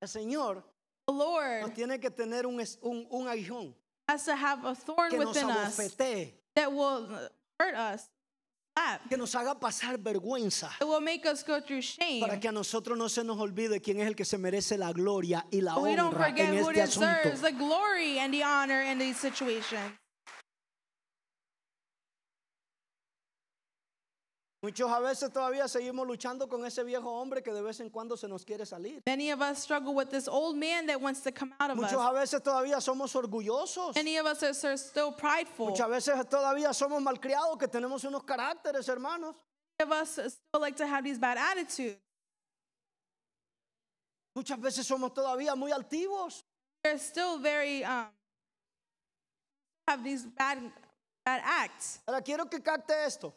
Speaker 1: el Señor
Speaker 2: The Lord
Speaker 1: nos tiene que tener un, es- un, un aguijón
Speaker 2: has to have a thorn
Speaker 1: que nos
Speaker 2: within us
Speaker 1: abofetee,
Speaker 2: that will hurt us. That
Speaker 1: que nos haga pasar vergüenza.
Speaker 2: it will make us go through shame.
Speaker 1: para que a nosotros no se nos olvide quién es el que se merece la gloria y la
Speaker 2: we don't
Speaker 1: honra
Speaker 2: forget
Speaker 1: en
Speaker 2: who
Speaker 1: este asunto.
Speaker 2: deserves the glory and the honor in these situations.
Speaker 1: Muchos a veces todavía seguimos luchando con ese viejo hombre que de vez en cuando se nos quiere salir.
Speaker 2: Many of us struggle with this old man that wants to come out of
Speaker 1: Muchos
Speaker 2: us.
Speaker 1: a veces todavía somos orgullosos.
Speaker 2: Many of us are, are still prideful.
Speaker 1: Muchas
Speaker 2: Many
Speaker 1: veces todavía somos malcriados que tenemos unos caracteres, hermanos.
Speaker 2: of us still like to have these bad attitudes.
Speaker 1: Muchas veces somos todavía muy altivos.
Speaker 2: They're still very um, have these bad bad acts.
Speaker 1: Ahora quiero que capte esto,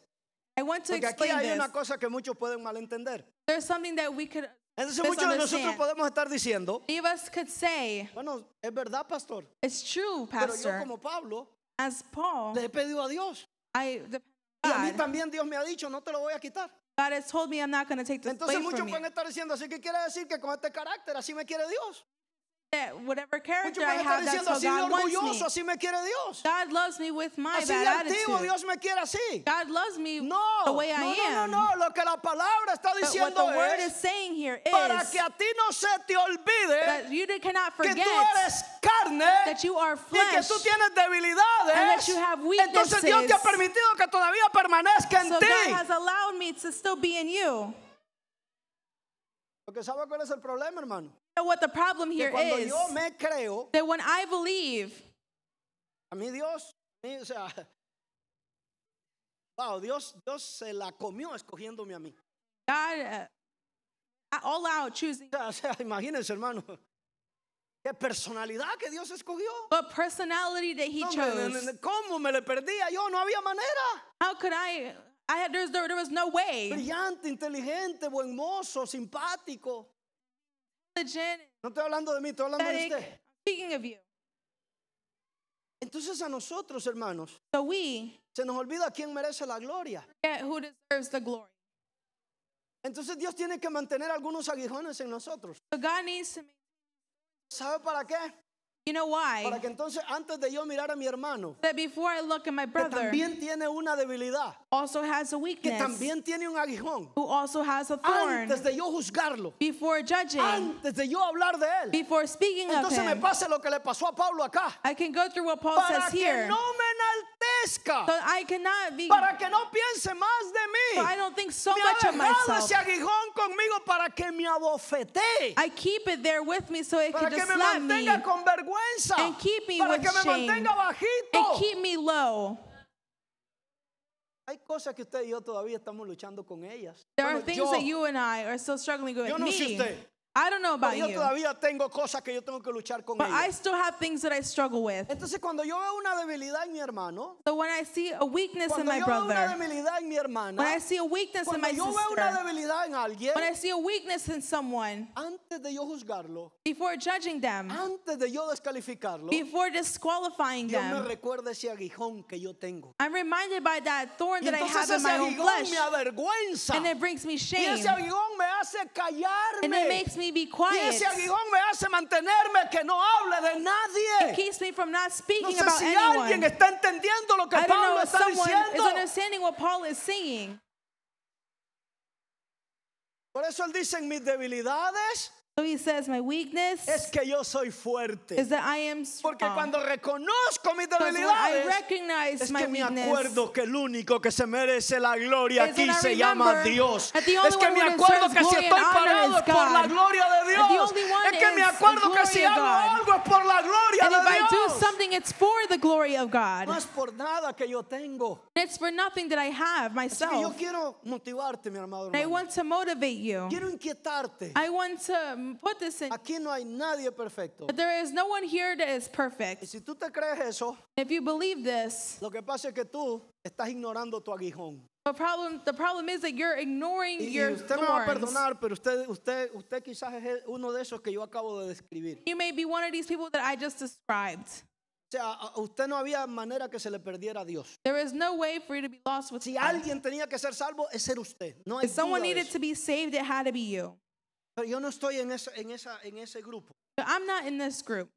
Speaker 2: I want to
Speaker 1: porque aquí
Speaker 2: explain
Speaker 1: hay
Speaker 2: this.
Speaker 1: una cosa que muchos pueden malentender.
Speaker 2: There's something that we could
Speaker 1: Entonces muchos de nosotros
Speaker 2: Misunderstand.
Speaker 1: podemos estar diciendo,
Speaker 2: many of us could say
Speaker 1: bueno, es verdad, pastor,
Speaker 2: it's true,
Speaker 1: pero yo
Speaker 2: Pastor.
Speaker 1: como Pablo
Speaker 2: As Paul,
Speaker 1: le he pedido a Dios.
Speaker 2: I the,
Speaker 1: Y a mí
Speaker 2: God,
Speaker 1: también Dios me ha dicho, no te lo voy a quitar.
Speaker 2: God has told me I'm not going to take this
Speaker 1: Entonces
Speaker 2: away
Speaker 1: muchos
Speaker 2: from you.
Speaker 1: pueden estar diciendo, así que quiere decir que con este carácter así me quiere Dios.
Speaker 2: That whatever character
Speaker 1: Muchos
Speaker 2: I
Speaker 1: pueden estar
Speaker 2: have, that's
Speaker 1: diciendo,
Speaker 2: how
Speaker 1: así de
Speaker 2: God wants
Speaker 1: orgulloso,
Speaker 2: me.
Speaker 1: así me quiere Dios.
Speaker 2: God loves me with my
Speaker 1: Así de
Speaker 2: bad
Speaker 1: altivo,
Speaker 2: attitude.
Speaker 1: Dios me quiere así.
Speaker 2: God loves me
Speaker 1: No,
Speaker 2: the way I
Speaker 1: no, no, no,
Speaker 2: am.
Speaker 1: no, lo que la palabra está
Speaker 2: But what the
Speaker 1: diciendo
Speaker 2: word is
Speaker 1: es
Speaker 2: saying here is
Speaker 1: para que a ti no se te olvide
Speaker 2: that you did- cannot
Speaker 1: que tú
Speaker 2: forget
Speaker 1: eres carne
Speaker 2: that you are
Speaker 1: y que
Speaker 2: flesh.
Speaker 1: tú tienes debilidades.
Speaker 2: and that you have
Speaker 1: Entonces Dios te ha
Speaker 2: weaknesses.
Speaker 1: permitido que todavía permanezca en
Speaker 2: So God has
Speaker 1: ti.
Speaker 2: allowed me to still be in you.
Speaker 1: Porque sabe cuál es el problema, hermano.
Speaker 2: And what the problem
Speaker 1: Que
Speaker 2: here
Speaker 1: cuando
Speaker 2: is
Speaker 1: yo me creo,
Speaker 2: that when I believe,
Speaker 1: a mí Dios, a mí, o sea, wow, Dios, Dios se la comió escogiéndome a mí.
Speaker 2: God uh, all out choosing
Speaker 1: O sea, o sea, imagínense, hermano, qué personalidad que Dios escogió.
Speaker 2: what personality that He
Speaker 1: No, me- me-
Speaker 2: chose.
Speaker 1: me- ¿Cómo me le perdía yo? No había manera.
Speaker 2: How could I? I had there's, there, there was no way.
Speaker 1: Brillante, inteligente, buen mozo, simpático.
Speaker 2: Religion,
Speaker 1: No estoy hablando de mí, estoy hablando de
Speaker 2: aesthetic.
Speaker 1: usted.
Speaker 2: Speaking of you,
Speaker 1: Entonces a nosotros, hermanos,
Speaker 2: so we
Speaker 1: se nos olvida quién merece la gloria.
Speaker 2: forget who deserves the glory.
Speaker 1: Entonces Dios tiene que mantener algunos aguijones en nosotros.
Speaker 2: So God needs to. Make,
Speaker 1: ¿Sabe para qué?
Speaker 2: you know
Speaker 1: Para
Speaker 2: why?
Speaker 1: que entonces antes de yo mirar a mi hermano,
Speaker 2: That before I look at my
Speaker 1: que
Speaker 2: brother,
Speaker 1: también tiene una debilidad,
Speaker 2: also has a
Speaker 1: que
Speaker 2: weakness,
Speaker 1: también tiene un aguijón,
Speaker 2: who also has a thorn.
Speaker 1: antes de yo juzgarlo,
Speaker 2: Before judging,
Speaker 1: antes de yo hablar de él,
Speaker 2: before speaking of
Speaker 1: entonces me
Speaker 2: him,
Speaker 1: pase lo que le pasó a Pablo acá.
Speaker 2: I can go through what Paul
Speaker 1: Para
Speaker 2: says
Speaker 1: que
Speaker 2: here.
Speaker 1: no me enaltezca,
Speaker 2: So I cannot be.
Speaker 1: para que no piense más de mí.
Speaker 2: I don't think so
Speaker 1: Me
Speaker 2: much
Speaker 1: ha
Speaker 2: of
Speaker 1: dejado
Speaker 2: myself.
Speaker 1: ese aguijón conmigo para que me abofetee.
Speaker 2: I keep it there with me so it
Speaker 1: para
Speaker 2: can
Speaker 1: que
Speaker 2: just
Speaker 1: me
Speaker 2: slap me
Speaker 1: mantenga
Speaker 2: and
Speaker 1: con vergüenza,
Speaker 2: and keep me
Speaker 1: para
Speaker 2: with
Speaker 1: que me
Speaker 2: shame,
Speaker 1: mantenga bajito.
Speaker 2: keep me low.
Speaker 1: Hay cosas que usted y yo todavía estamos luchando con ellas.
Speaker 2: There are
Speaker 1: Bueno,
Speaker 2: things
Speaker 1: yo,
Speaker 2: that you and I are still struggling with.
Speaker 1: Yo no sé
Speaker 2: me,
Speaker 1: usted.
Speaker 2: I don't know about
Speaker 1: yo
Speaker 2: you,
Speaker 1: todavía tengo cosas que yo tengo que luchar con
Speaker 2: but I
Speaker 1: ellas.
Speaker 2: still have things that I struggle with.
Speaker 1: Entonces cuando yo veo una debilidad en mi hermano,
Speaker 2: So when I see a weakness in
Speaker 1: cuando
Speaker 2: my
Speaker 1: yo veo una
Speaker 2: brother,
Speaker 1: debilidad en mi hermana,
Speaker 2: when I see a weakness in
Speaker 1: cuando
Speaker 2: my
Speaker 1: yo veo una
Speaker 2: sister,
Speaker 1: debilidad en alguien,
Speaker 2: when I see a weakness in someone,
Speaker 1: antes de yo juzgarlo,
Speaker 2: before judging them,
Speaker 1: antes de yo descalificarlo,
Speaker 2: before disqualifying
Speaker 1: Dios me
Speaker 2: them,
Speaker 1: recuerda ese aguijón que yo tengo.
Speaker 2: I'm reminded by that thorn
Speaker 1: Y
Speaker 2: that I have
Speaker 1: entonces
Speaker 2: in
Speaker 1: ese
Speaker 2: my own
Speaker 1: aguijón
Speaker 2: flesh,
Speaker 1: me avergüenza.
Speaker 2: and it brings me
Speaker 1: Y
Speaker 2: shame,
Speaker 1: ese aguijón me hace
Speaker 2: and it
Speaker 1: callarme.
Speaker 2: makes me be
Speaker 1: Y
Speaker 2: quiet.
Speaker 1: ese aguijón me hace mantenerme que no hable de
Speaker 2: It
Speaker 1: nadie.
Speaker 2: keeps me from not
Speaker 1: No
Speaker 2: speaking
Speaker 1: sé
Speaker 2: about
Speaker 1: si alguien
Speaker 2: anyone.
Speaker 1: está entendiendo lo que
Speaker 2: I don't know
Speaker 1: Pablo
Speaker 2: if
Speaker 1: está
Speaker 2: someone is
Speaker 1: diciendo.
Speaker 2: understanding what Paul is saying.
Speaker 1: Por eso él dice en mis debilidades
Speaker 2: So he says, my weakness
Speaker 1: es que yo soy
Speaker 2: is
Speaker 1: fuerte.
Speaker 2: that I am strong.
Speaker 1: Porque cuando reconozco mis
Speaker 2: Because when I
Speaker 1: debilidades
Speaker 2: recognize
Speaker 1: es
Speaker 2: my
Speaker 1: que me
Speaker 2: weakness,
Speaker 1: acuerdo que el único que se merece la gloria
Speaker 2: Is
Speaker 1: aquí
Speaker 2: when I
Speaker 1: se llama
Speaker 2: remember
Speaker 1: Dios.
Speaker 2: that the only
Speaker 1: Es que
Speaker 2: one
Speaker 1: me
Speaker 2: who
Speaker 1: acuerdo
Speaker 2: deserves
Speaker 1: que si
Speaker 2: glory
Speaker 1: estoy
Speaker 2: and honor
Speaker 1: parado
Speaker 2: is
Speaker 1: es por la
Speaker 2: God.
Speaker 1: gloria de
Speaker 2: And the
Speaker 1: Dios.
Speaker 2: only one
Speaker 1: Es que me
Speaker 2: is
Speaker 1: acuerdo
Speaker 2: the
Speaker 1: que si
Speaker 2: glory of
Speaker 1: hago
Speaker 2: God.
Speaker 1: algo es por la gloria
Speaker 2: and if I
Speaker 1: de
Speaker 2: do
Speaker 1: Dios.
Speaker 2: something, it's for the glory of God.
Speaker 1: No es por nada que yo tengo.
Speaker 2: And it's for nothing that I have
Speaker 1: Así que yo
Speaker 2: myself.
Speaker 1: quiero motivarte, mi amado
Speaker 2: And I
Speaker 1: hermano.
Speaker 2: want to motivate you.
Speaker 1: Quiero inquietarte.
Speaker 2: I want to put this in.
Speaker 1: Aquí no hay nadie perfecto.
Speaker 2: that There is no one here that is
Speaker 1: Y
Speaker 2: perfect.
Speaker 1: si tú te crees eso,
Speaker 2: If you believe this,
Speaker 1: lo que pasa es que tú estás ignorando tu aguijón.
Speaker 2: the problem the problem is that you're ignoring
Speaker 1: Y, y
Speaker 2: your
Speaker 1: usted me va a
Speaker 2: thorns.
Speaker 1: perdonar, pero usted, usted, usted quizás es uno de esos que yo acabo de describir.
Speaker 2: You may be one of these people that I just described.
Speaker 1: O sea, a a usted no había manera que se le perdiera a Dios.
Speaker 2: There is no way for you to be lost with
Speaker 1: Si
Speaker 2: God.
Speaker 1: alguien tenía que ser salvo, es ser usted. No hay
Speaker 2: If someone
Speaker 1: duda de
Speaker 2: needed
Speaker 1: eso.
Speaker 2: to be saved, it had to be you.
Speaker 1: Pero yo no estoy en, esa- en, esa, en ese grupo.
Speaker 2: But I'm not in this group.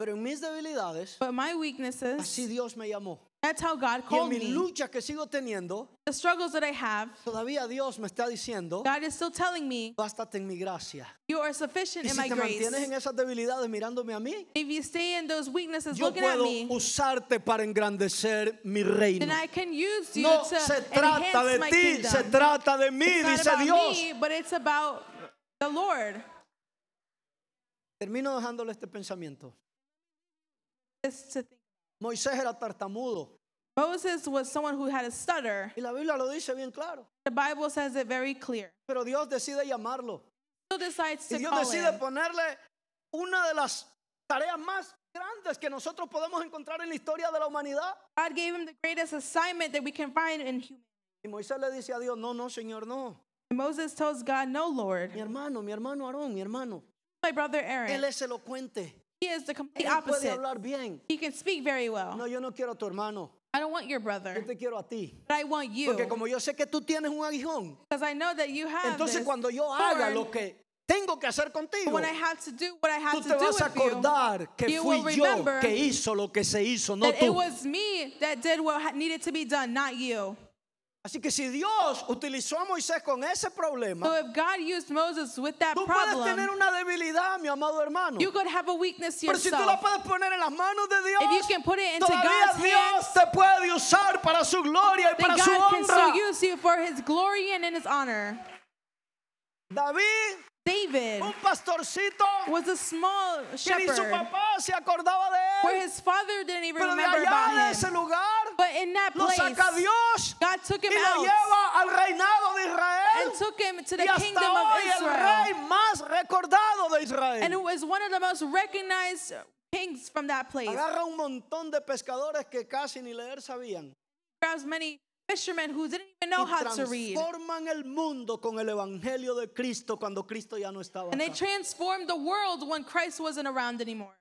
Speaker 1: Pero en mis debilidades,
Speaker 2: But my
Speaker 1: así
Speaker 2: weaknesses,
Speaker 1: Dios me llamó.
Speaker 2: that's how God
Speaker 1: Y en
Speaker 2: called
Speaker 1: mis
Speaker 2: me.
Speaker 1: luchas que sigo teniendo,
Speaker 2: The struggles that I have,
Speaker 1: todavía Dios me está diciendo,
Speaker 2: God is still telling me,
Speaker 1: bástate en mi gracia.
Speaker 2: you are sufficient
Speaker 1: Y
Speaker 2: in
Speaker 1: si
Speaker 2: my
Speaker 1: te
Speaker 2: grace.
Speaker 1: mantienes en esas debilidades mirándome a mí,
Speaker 2: If you stay in those weaknesses
Speaker 1: yo
Speaker 2: looking at
Speaker 1: puedo
Speaker 2: me,
Speaker 1: usarte para engrandecer mi
Speaker 2: then
Speaker 1: reino.
Speaker 2: I can use you
Speaker 1: No
Speaker 2: to
Speaker 1: se
Speaker 2: enhance
Speaker 1: trata de
Speaker 2: my
Speaker 1: ti, se
Speaker 2: kingdom.
Speaker 1: trata de mí,
Speaker 2: It's
Speaker 1: dice
Speaker 2: not about
Speaker 1: Dios.
Speaker 2: me, but it's about the Lord.
Speaker 1: Termino dejándole este pensamiento.
Speaker 2: It's to think.
Speaker 1: Moisés era tartamudo
Speaker 2: Moses was someone who had a stutter.
Speaker 1: y la Biblia lo dice bien claro,
Speaker 2: The Bible says it very clear.
Speaker 1: pero Dios decide llamarlo.
Speaker 2: still decides
Speaker 1: Y
Speaker 2: to
Speaker 1: Dios
Speaker 2: call
Speaker 1: decide
Speaker 2: him.
Speaker 1: ponerle una de las tareas más grandes que nosotros podemos encontrar en la historia de la humanidad.
Speaker 2: God gave him the greatest assignment that we can find in human.
Speaker 1: Y Moisés le dice a Dios, no, no, Señor, no.
Speaker 2: And Moses tells God, "No, Lord,
Speaker 1: Mi hermano, mi hermano Aarón, mi hermano.
Speaker 2: my brother
Speaker 1: Él
Speaker 2: Aaron,
Speaker 1: es elocuente.
Speaker 2: he is the complete
Speaker 1: Él puede
Speaker 2: Eh. opposite.
Speaker 1: hablar bien.
Speaker 2: He can speak very well.
Speaker 1: No, yo no quiero a tu hermano.
Speaker 2: I don't want your
Speaker 1: Yo
Speaker 2: brother,
Speaker 1: te quiero a ti.
Speaker 2: but I want you
Speaker 1: Porque como yo sé que tú tienes un aguijón,
Speaker 2: because I know that you have
Speaker 1: entonces
Speaker 2: this.
Speaker 1: cuando yo haga
Speaker 2: thorn,
Speaker 1: lo que tengo que hacer contigo,
Speaker 2: when I have to do what I
Speaker 1: tú
Speaker 2: have to
Speaker 1: te
Speaker 2: do
Speaker 1: vas a
Speaker 2: with you,
Speaker 1: acordar que
Speaker 2: you will
Speaker 1: fui yo
Speaker 2: remember
Speaker 1: que hizo lo que se hizo, no
Speaker 2: that it
Speaker 1: tú.
Speaker 2: was me that did what ha- needed to be done, not you.
Speaker 1: Así que si Dios utilizó a Moisés con ese
Speaker 2: So
Speaker 1: problema,
Speaker 2: if God used Moses with that
Speaker 1: tú puedes
Speaker 2: problem,
Speaker 1: tener una debilidad, mi amado hermano.
Speaker 2: you could have a weakness
Speaker 1: Pero si tú la
Speaker 2: yourself.
Speaker 1: puedes poner en las manos de
Speaker 2: If you
Speaker 1: Dios,
Speaker 2: can put it into
Speaker 1: todavía
Speaker 2: God's hands,
Speaker 1: Dios te puede usar para su gloria y
Speaker 2: then
Speaker 1: para su
Speaker 2: God can
Speaker 1: honra.
Speaker 2: still use you for His glory and in His honor.
Speaker 1: David,
Speaker 2: David
Speaker 1: un pastorcito
Speaker 2: was a small
Speaker 1: Oh, que ni su
Speaker 2: shepherd
Speaker 1: papá se acordaba de
Speaker 2: where
Speaker 1: él,
Speaker 2: his father didn't even
Speaker 1: pero de
Speaker 2: remember
Speaker 1: allá de
Speaker 2: about
Speaker 1: ese
Speaker 2: him.
Speaker 1: lugar
Speaker 2: But in that
Speaker 1: lo saca
Speaker 2: place,
Speaker 1: Dios
Speaker 2: God took
Speaker 1: y
Speaker 2: him
Speaker 1: lo
Speaker 2: out
Speaker 1: lleva al reinado de Israel
Speaker 2: and took him to the
Speaker 1: y
Speaker 2: kingdom
Speaker 1: hasta
Speaker 2: of
Speaker 1: hoy el rey
Speaker 2: Israel.
Speaker 1: más recordado de
Speaker 2: And
Speaker 1: Israel.
Speaker 2: it was one of the most recognized kings from that place.
Speaker 1: Agarra un montón de pescadores que casi ni leer sabían
Speaker 2: grabs many fishermen who didn't even know
Speaker 1: y
Speaker 2: how to read.
Speaker 1: transforman el mundo con el evangelio de Cristo cuando Cristo ya no estaba.
Speaker 2: And they
Speaker 1: Acá.
Speaker 2: transformed the world when Christ wasn't around anymore.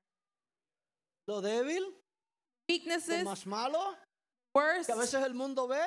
Speaker 1: Lo débil, lo
Speaker 2: Weaknesses,
Speaker 1: más malo
Speaker 2: worse,
Speaker 1: que a veces el mundo ve,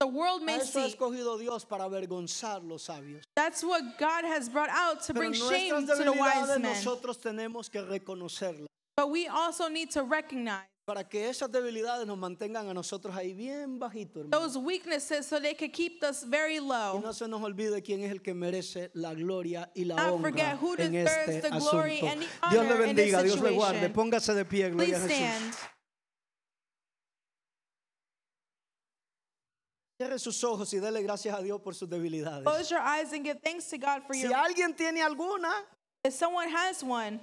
Speaker 2: the world
Speaker 1: a
Speaker 2: may
Speaker 1: eso ha
Speaker 2: see.
Speaker 1: escogido Dios para avergonzar los sabios.
Speaker 2: That's what God has brought out to
Speaker 1: Pero
Speaker 2: bring shame
Speaker 1: nuestras
Speaker 2: to the
Speaker 1: debilidades
Speaker 2: wise men.
Speaker 1: nosotros tenemos que reconocerlas
Speaker 2: But we also need to recognize
Speaker 1: para que esas debilidades nos mantengan a nosotros ahí bien bajito, hermano.
Speaker 2: those weaknesses so they could keep us very
Speaker 1: Y
Speaker 2: low.
Speaker 1: no se nos olvide quién es el que merece la gloria y la
Speaker 2: Not
Speaker 1: honra
Speaker 2: forget who
Speaker 1: en
Speaker 2: deserves
Speaker 1: este
Speaker 2: the glory
Speaker 1: asunto.
Speaker 2: and the
Speaker 1: Dios le
Speaker 2: honor in this
Speaker 1: bendiga, Dios le guarde.
Speaker 2: situation.
Speaker 1: Póngase de pie, gloria
Speaker 2: Please
Speaker 1: a Jesús.
Speaker 2: stand.
Speaker 1: Cierre sus ojos y dele gracias a Dios por sus debilidades.
Speaker 2: Close your eyes and give thanks to God for
Speaker 1: Si
Speaker 2: your.
Speaker 1: alguien tiene alguna,
Speaker 2: If someone has one,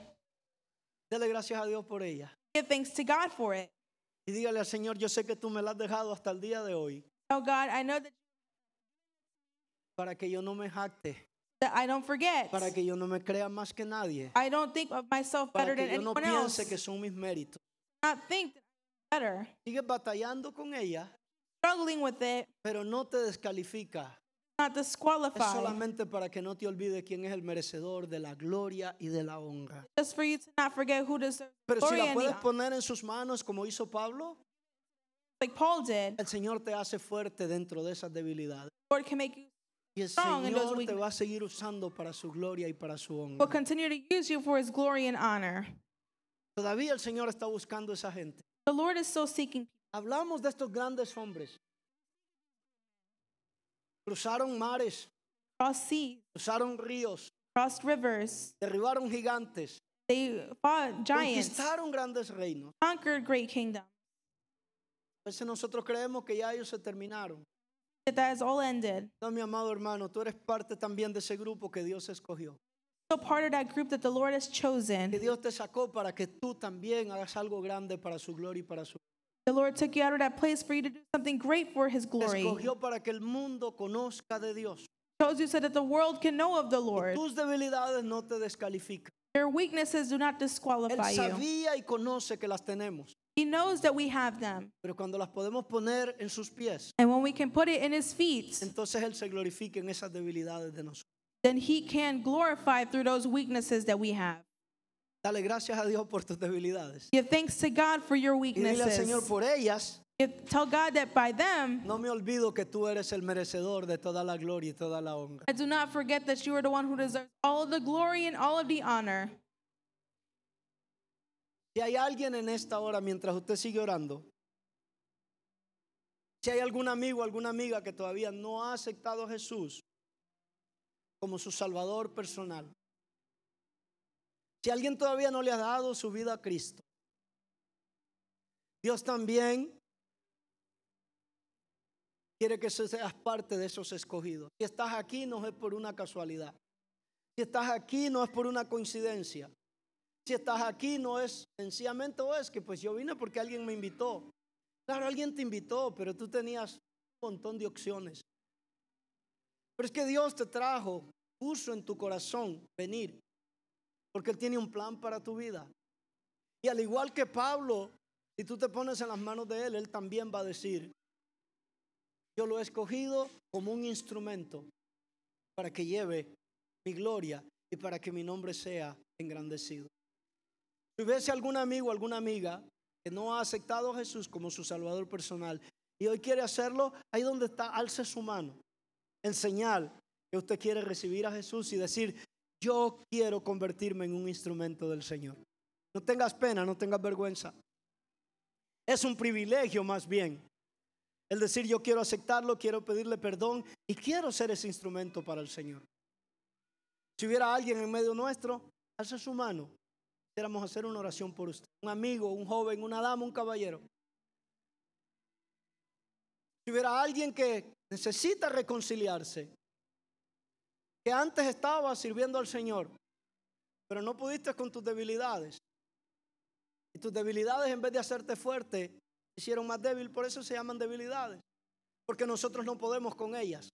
Speaker 1: dele gracias a Dios por ella.
Speaker 2: give thanks to God for it.
Speaker 1: Y dígale al Señor, yo sé que tú me la has dejado hasta el día de hoy
Speaker 2: Oh God, I know that,
Speaker 1: para que yo no me jacte,
Speaker 2: that I don't forget.
Speaker 1: para que yo no me crea más que nadie,
Speaker 2: I don't think of myself
Speaker 1: para
Speaker 2: better than
Speaker 1: que yo no
Speaker 2: anyone else.
Speaker 1: piense que son mis méritos.
Speaker 2: Not think that I'm better.
Speaker 1: Sigues batallando con ella,
Speaker 2: Struggling with it,
Speaker 1: pero no te descalifica.
Speaker 2: not
Speaker 1: Es
Speaker 2: disqualified.
Speaker 1: solamente para que no te olvides quién es el merecedor de la gloria y de la honra.
Speaker 2: Just for you to not forget who deserves
Speaker 1: Pero si
Speaker 2: glory
Speaker 1: la
Speaker 2: and the
Speaker 1: puedes
Speaker 2: honor,
Speaker 1: poner en sus manos como hizo Pablo,
Speaker 2: like Paul did.
Speaker 1: el Señor te hace fuerte dentro de esas debilidades.
Speaker 2: Lord can make you
Speaker 1: Y el
Speaker 2: Strong in those
Speaker 1: Señor te
Speaker 2: weakness.
Speaker 1: va a seguir usando para su gloria y para su
Speaker 2: will
Speaker 1: honra.
Speaker 2: continue to use you for His glory and honor.
Speaker 1: Todavía el Señor está buscando esa gente.
Speaker 2: The Lord is still seeking.
Speaker 1: Hablamos de estos grandes hombres. Cruzaron mares,
Speaker 2: Crossed seas,
Speaker 1: cruzaron ríos,
Speaker 2: crossed rivers.
Speaker 1: derribaron gigantes,
Speaker 2: They fought giants,
Speaker 1: conquistaron grandes reinos.
Speaker 2: conquered great kingdoms.
Speaker 1: A veces nosotros creemos que ya ellos se terminaron.
Speaker 2: That that is all ended.
Speaker 1: No, mi amado hermano, tú eres parte también de ese grupo que Dios escogió.
Speaker 2: So part of that group that the Lord has
Speaker 1: Que
Speaker 2: chosen.
Speaker 1: Dios te sacó para que tú también hagas algo grande para su gloria y para su
Speaker 2: The Lord took you out of that place for you to do something great for His
Speaker 1: Te
Speaker 2: glory.
Speaker 1: escogió para que el mundo conozca de Dios.
Speaker 2: chose you so that the world can know of the Lord.
Speaker 1: Tus debilidades no te descalifican.
Speaker 2: Your weaknesses do not
Speaker 1: Él
Speaker 2: disqualify you.
Speaker 1: sabía y conoce que las tenemos,
Speaker 2: He knows that we have them.
Speaker 1: pero cuando las podemos poner en sus pies,
Speaker 2: And when we can put it in his feet,
Speaker 1: entonces él se glorifica en esas debilidades de nosotros.
Speaker 2: then he can glorify through those weaknesses that we have.
Speaker 1: Dale gracias a Dios por tus debilidades.
Speaker 2: Give thanks to God for your
Speaker 1: Y dile al
Speaker 2: weaknesses.
Speaker 1: Señor por ellas.
Speaker 2: Give- tell God that by them,
Speaker 1: No me olvido que tú eres el merecedor de toda la gloria y toda la honra.
Speaker 2: I do not forget that you are the one who deserves all of the glory and all of the honor.
Speaker 1: Si hay alguien en esta hora mientras usted sigue orando, si hay algún amigo, alguna amiga que todavía no ha aceptado a Jesús como su Salvador personal, si alguien todavía no le ha dado su vida a Cristo, Dios también quiere que seas parte de esos escogidos. Si estás aquí no es por una casualidad. Si estás aquí no es por una coincidencia. Si estás aquí no es sencillamente o es que pues yo vine porque alguien me invitó. Claro, alguien te invitó, pero tú tenías un montón de opciones. Pero es que Dios te trajo puso en tu corazón venir, porque Él tiene un plan para tu vida. Y al igual que Pablo, si tú te pones en las manos de Él, Él también va a decir, yo lo he escogido como un instrumento para que lleve mi gloria y para que mi nombre sea engrandecido. Si hubiese algún amigo, alguna amiga que no ha aceptado a Jesús como su Salvador personal y hoy quiere hacerlo, ahí donde está, alce su mano en señal que usted quiere recibir a Jesús y decir, yo quiero convertirme en un instrumento del Señor. No tengas pena, no tengas vergüenza. Es un privilegio más bien el decir yo quiero aceptarlo, quiero pedirle perdón y quiero ser ese instrumento para el Señor. Si hubiera alguien en medio nuestro, alza su mano. Quisiéramos hacer una oración por usted. Un amigo, un joven, una dama, un caballero. Si hubiera alguien que necesita reconciliarse, que antes estaba sirviendo al Señor, pero no pudiste con tus debilidades. Y tus debilidades en vez de hacerte fuerte, hicieron más débil, por eso se llaman debilidades, porque nosotros no podemos con ellas.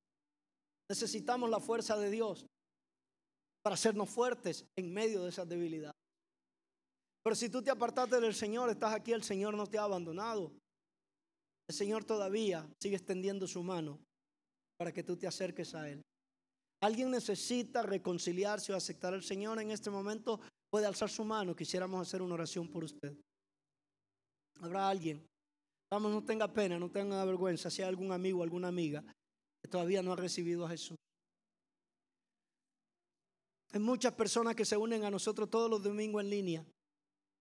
Speaker 1: Necesitamos la fuerza de Dios para hacernos fuertes en medio de esas debilidades. Pero si tú te apartaste del Señor, estás aquí, el Señor no te ha abandonado. El Señor todavía sigue extendiendo su mano para que tú te acerques a Él. Alguien necesita reconciliarse o aceptar al Señor en este momento, puede alzar su mano. Quisiéramos hacer una oración por usted. Habrá alguien Vamos, no tenga pena, no tenga vergüenza si hay algún amigo, alguna amiga que todavía no ha recibido a Jesús. Hay muchas personas que se unen a nosotros todos los domingos en línea.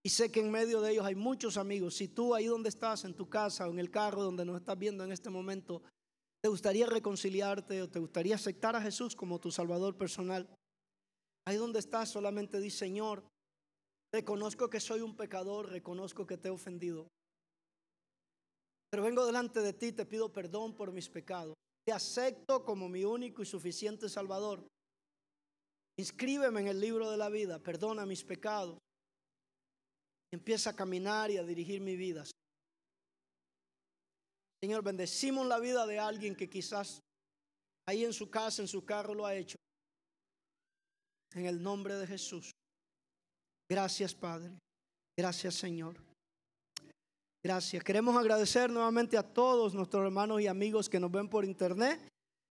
Speaker 1: Y sé que en medio de ellos hay muchos amigos. Si tú ahí donde estás, en tu casa o en el carro donde nos estás viendo en este momento, te gustaría reconciliarte o te gustaría aceptar a Jesús como tu Salvador personal, ahí donde estás solamente di, Señor, reconozco que soy un pecador, reconozco que te he ofendido. Pero vengo delante de ti, te pido perdón por mis pecados. Te acepto como mi único y suficiente Salvador. Inscríbeme en el libro de la vida, perdona mis pecados. Empieza a caminar y a dirigir mi vida. Señor, bendecimos la vida de alguien que quizás ahí en su casa, en su carro lo ha hecho. En el nombre de Jesús. Gracias, Padre. Gracias, Señor. Gracias. Queremos agradecer nuevamente a todos nuestros hermanos y amigos que nos ven por internet.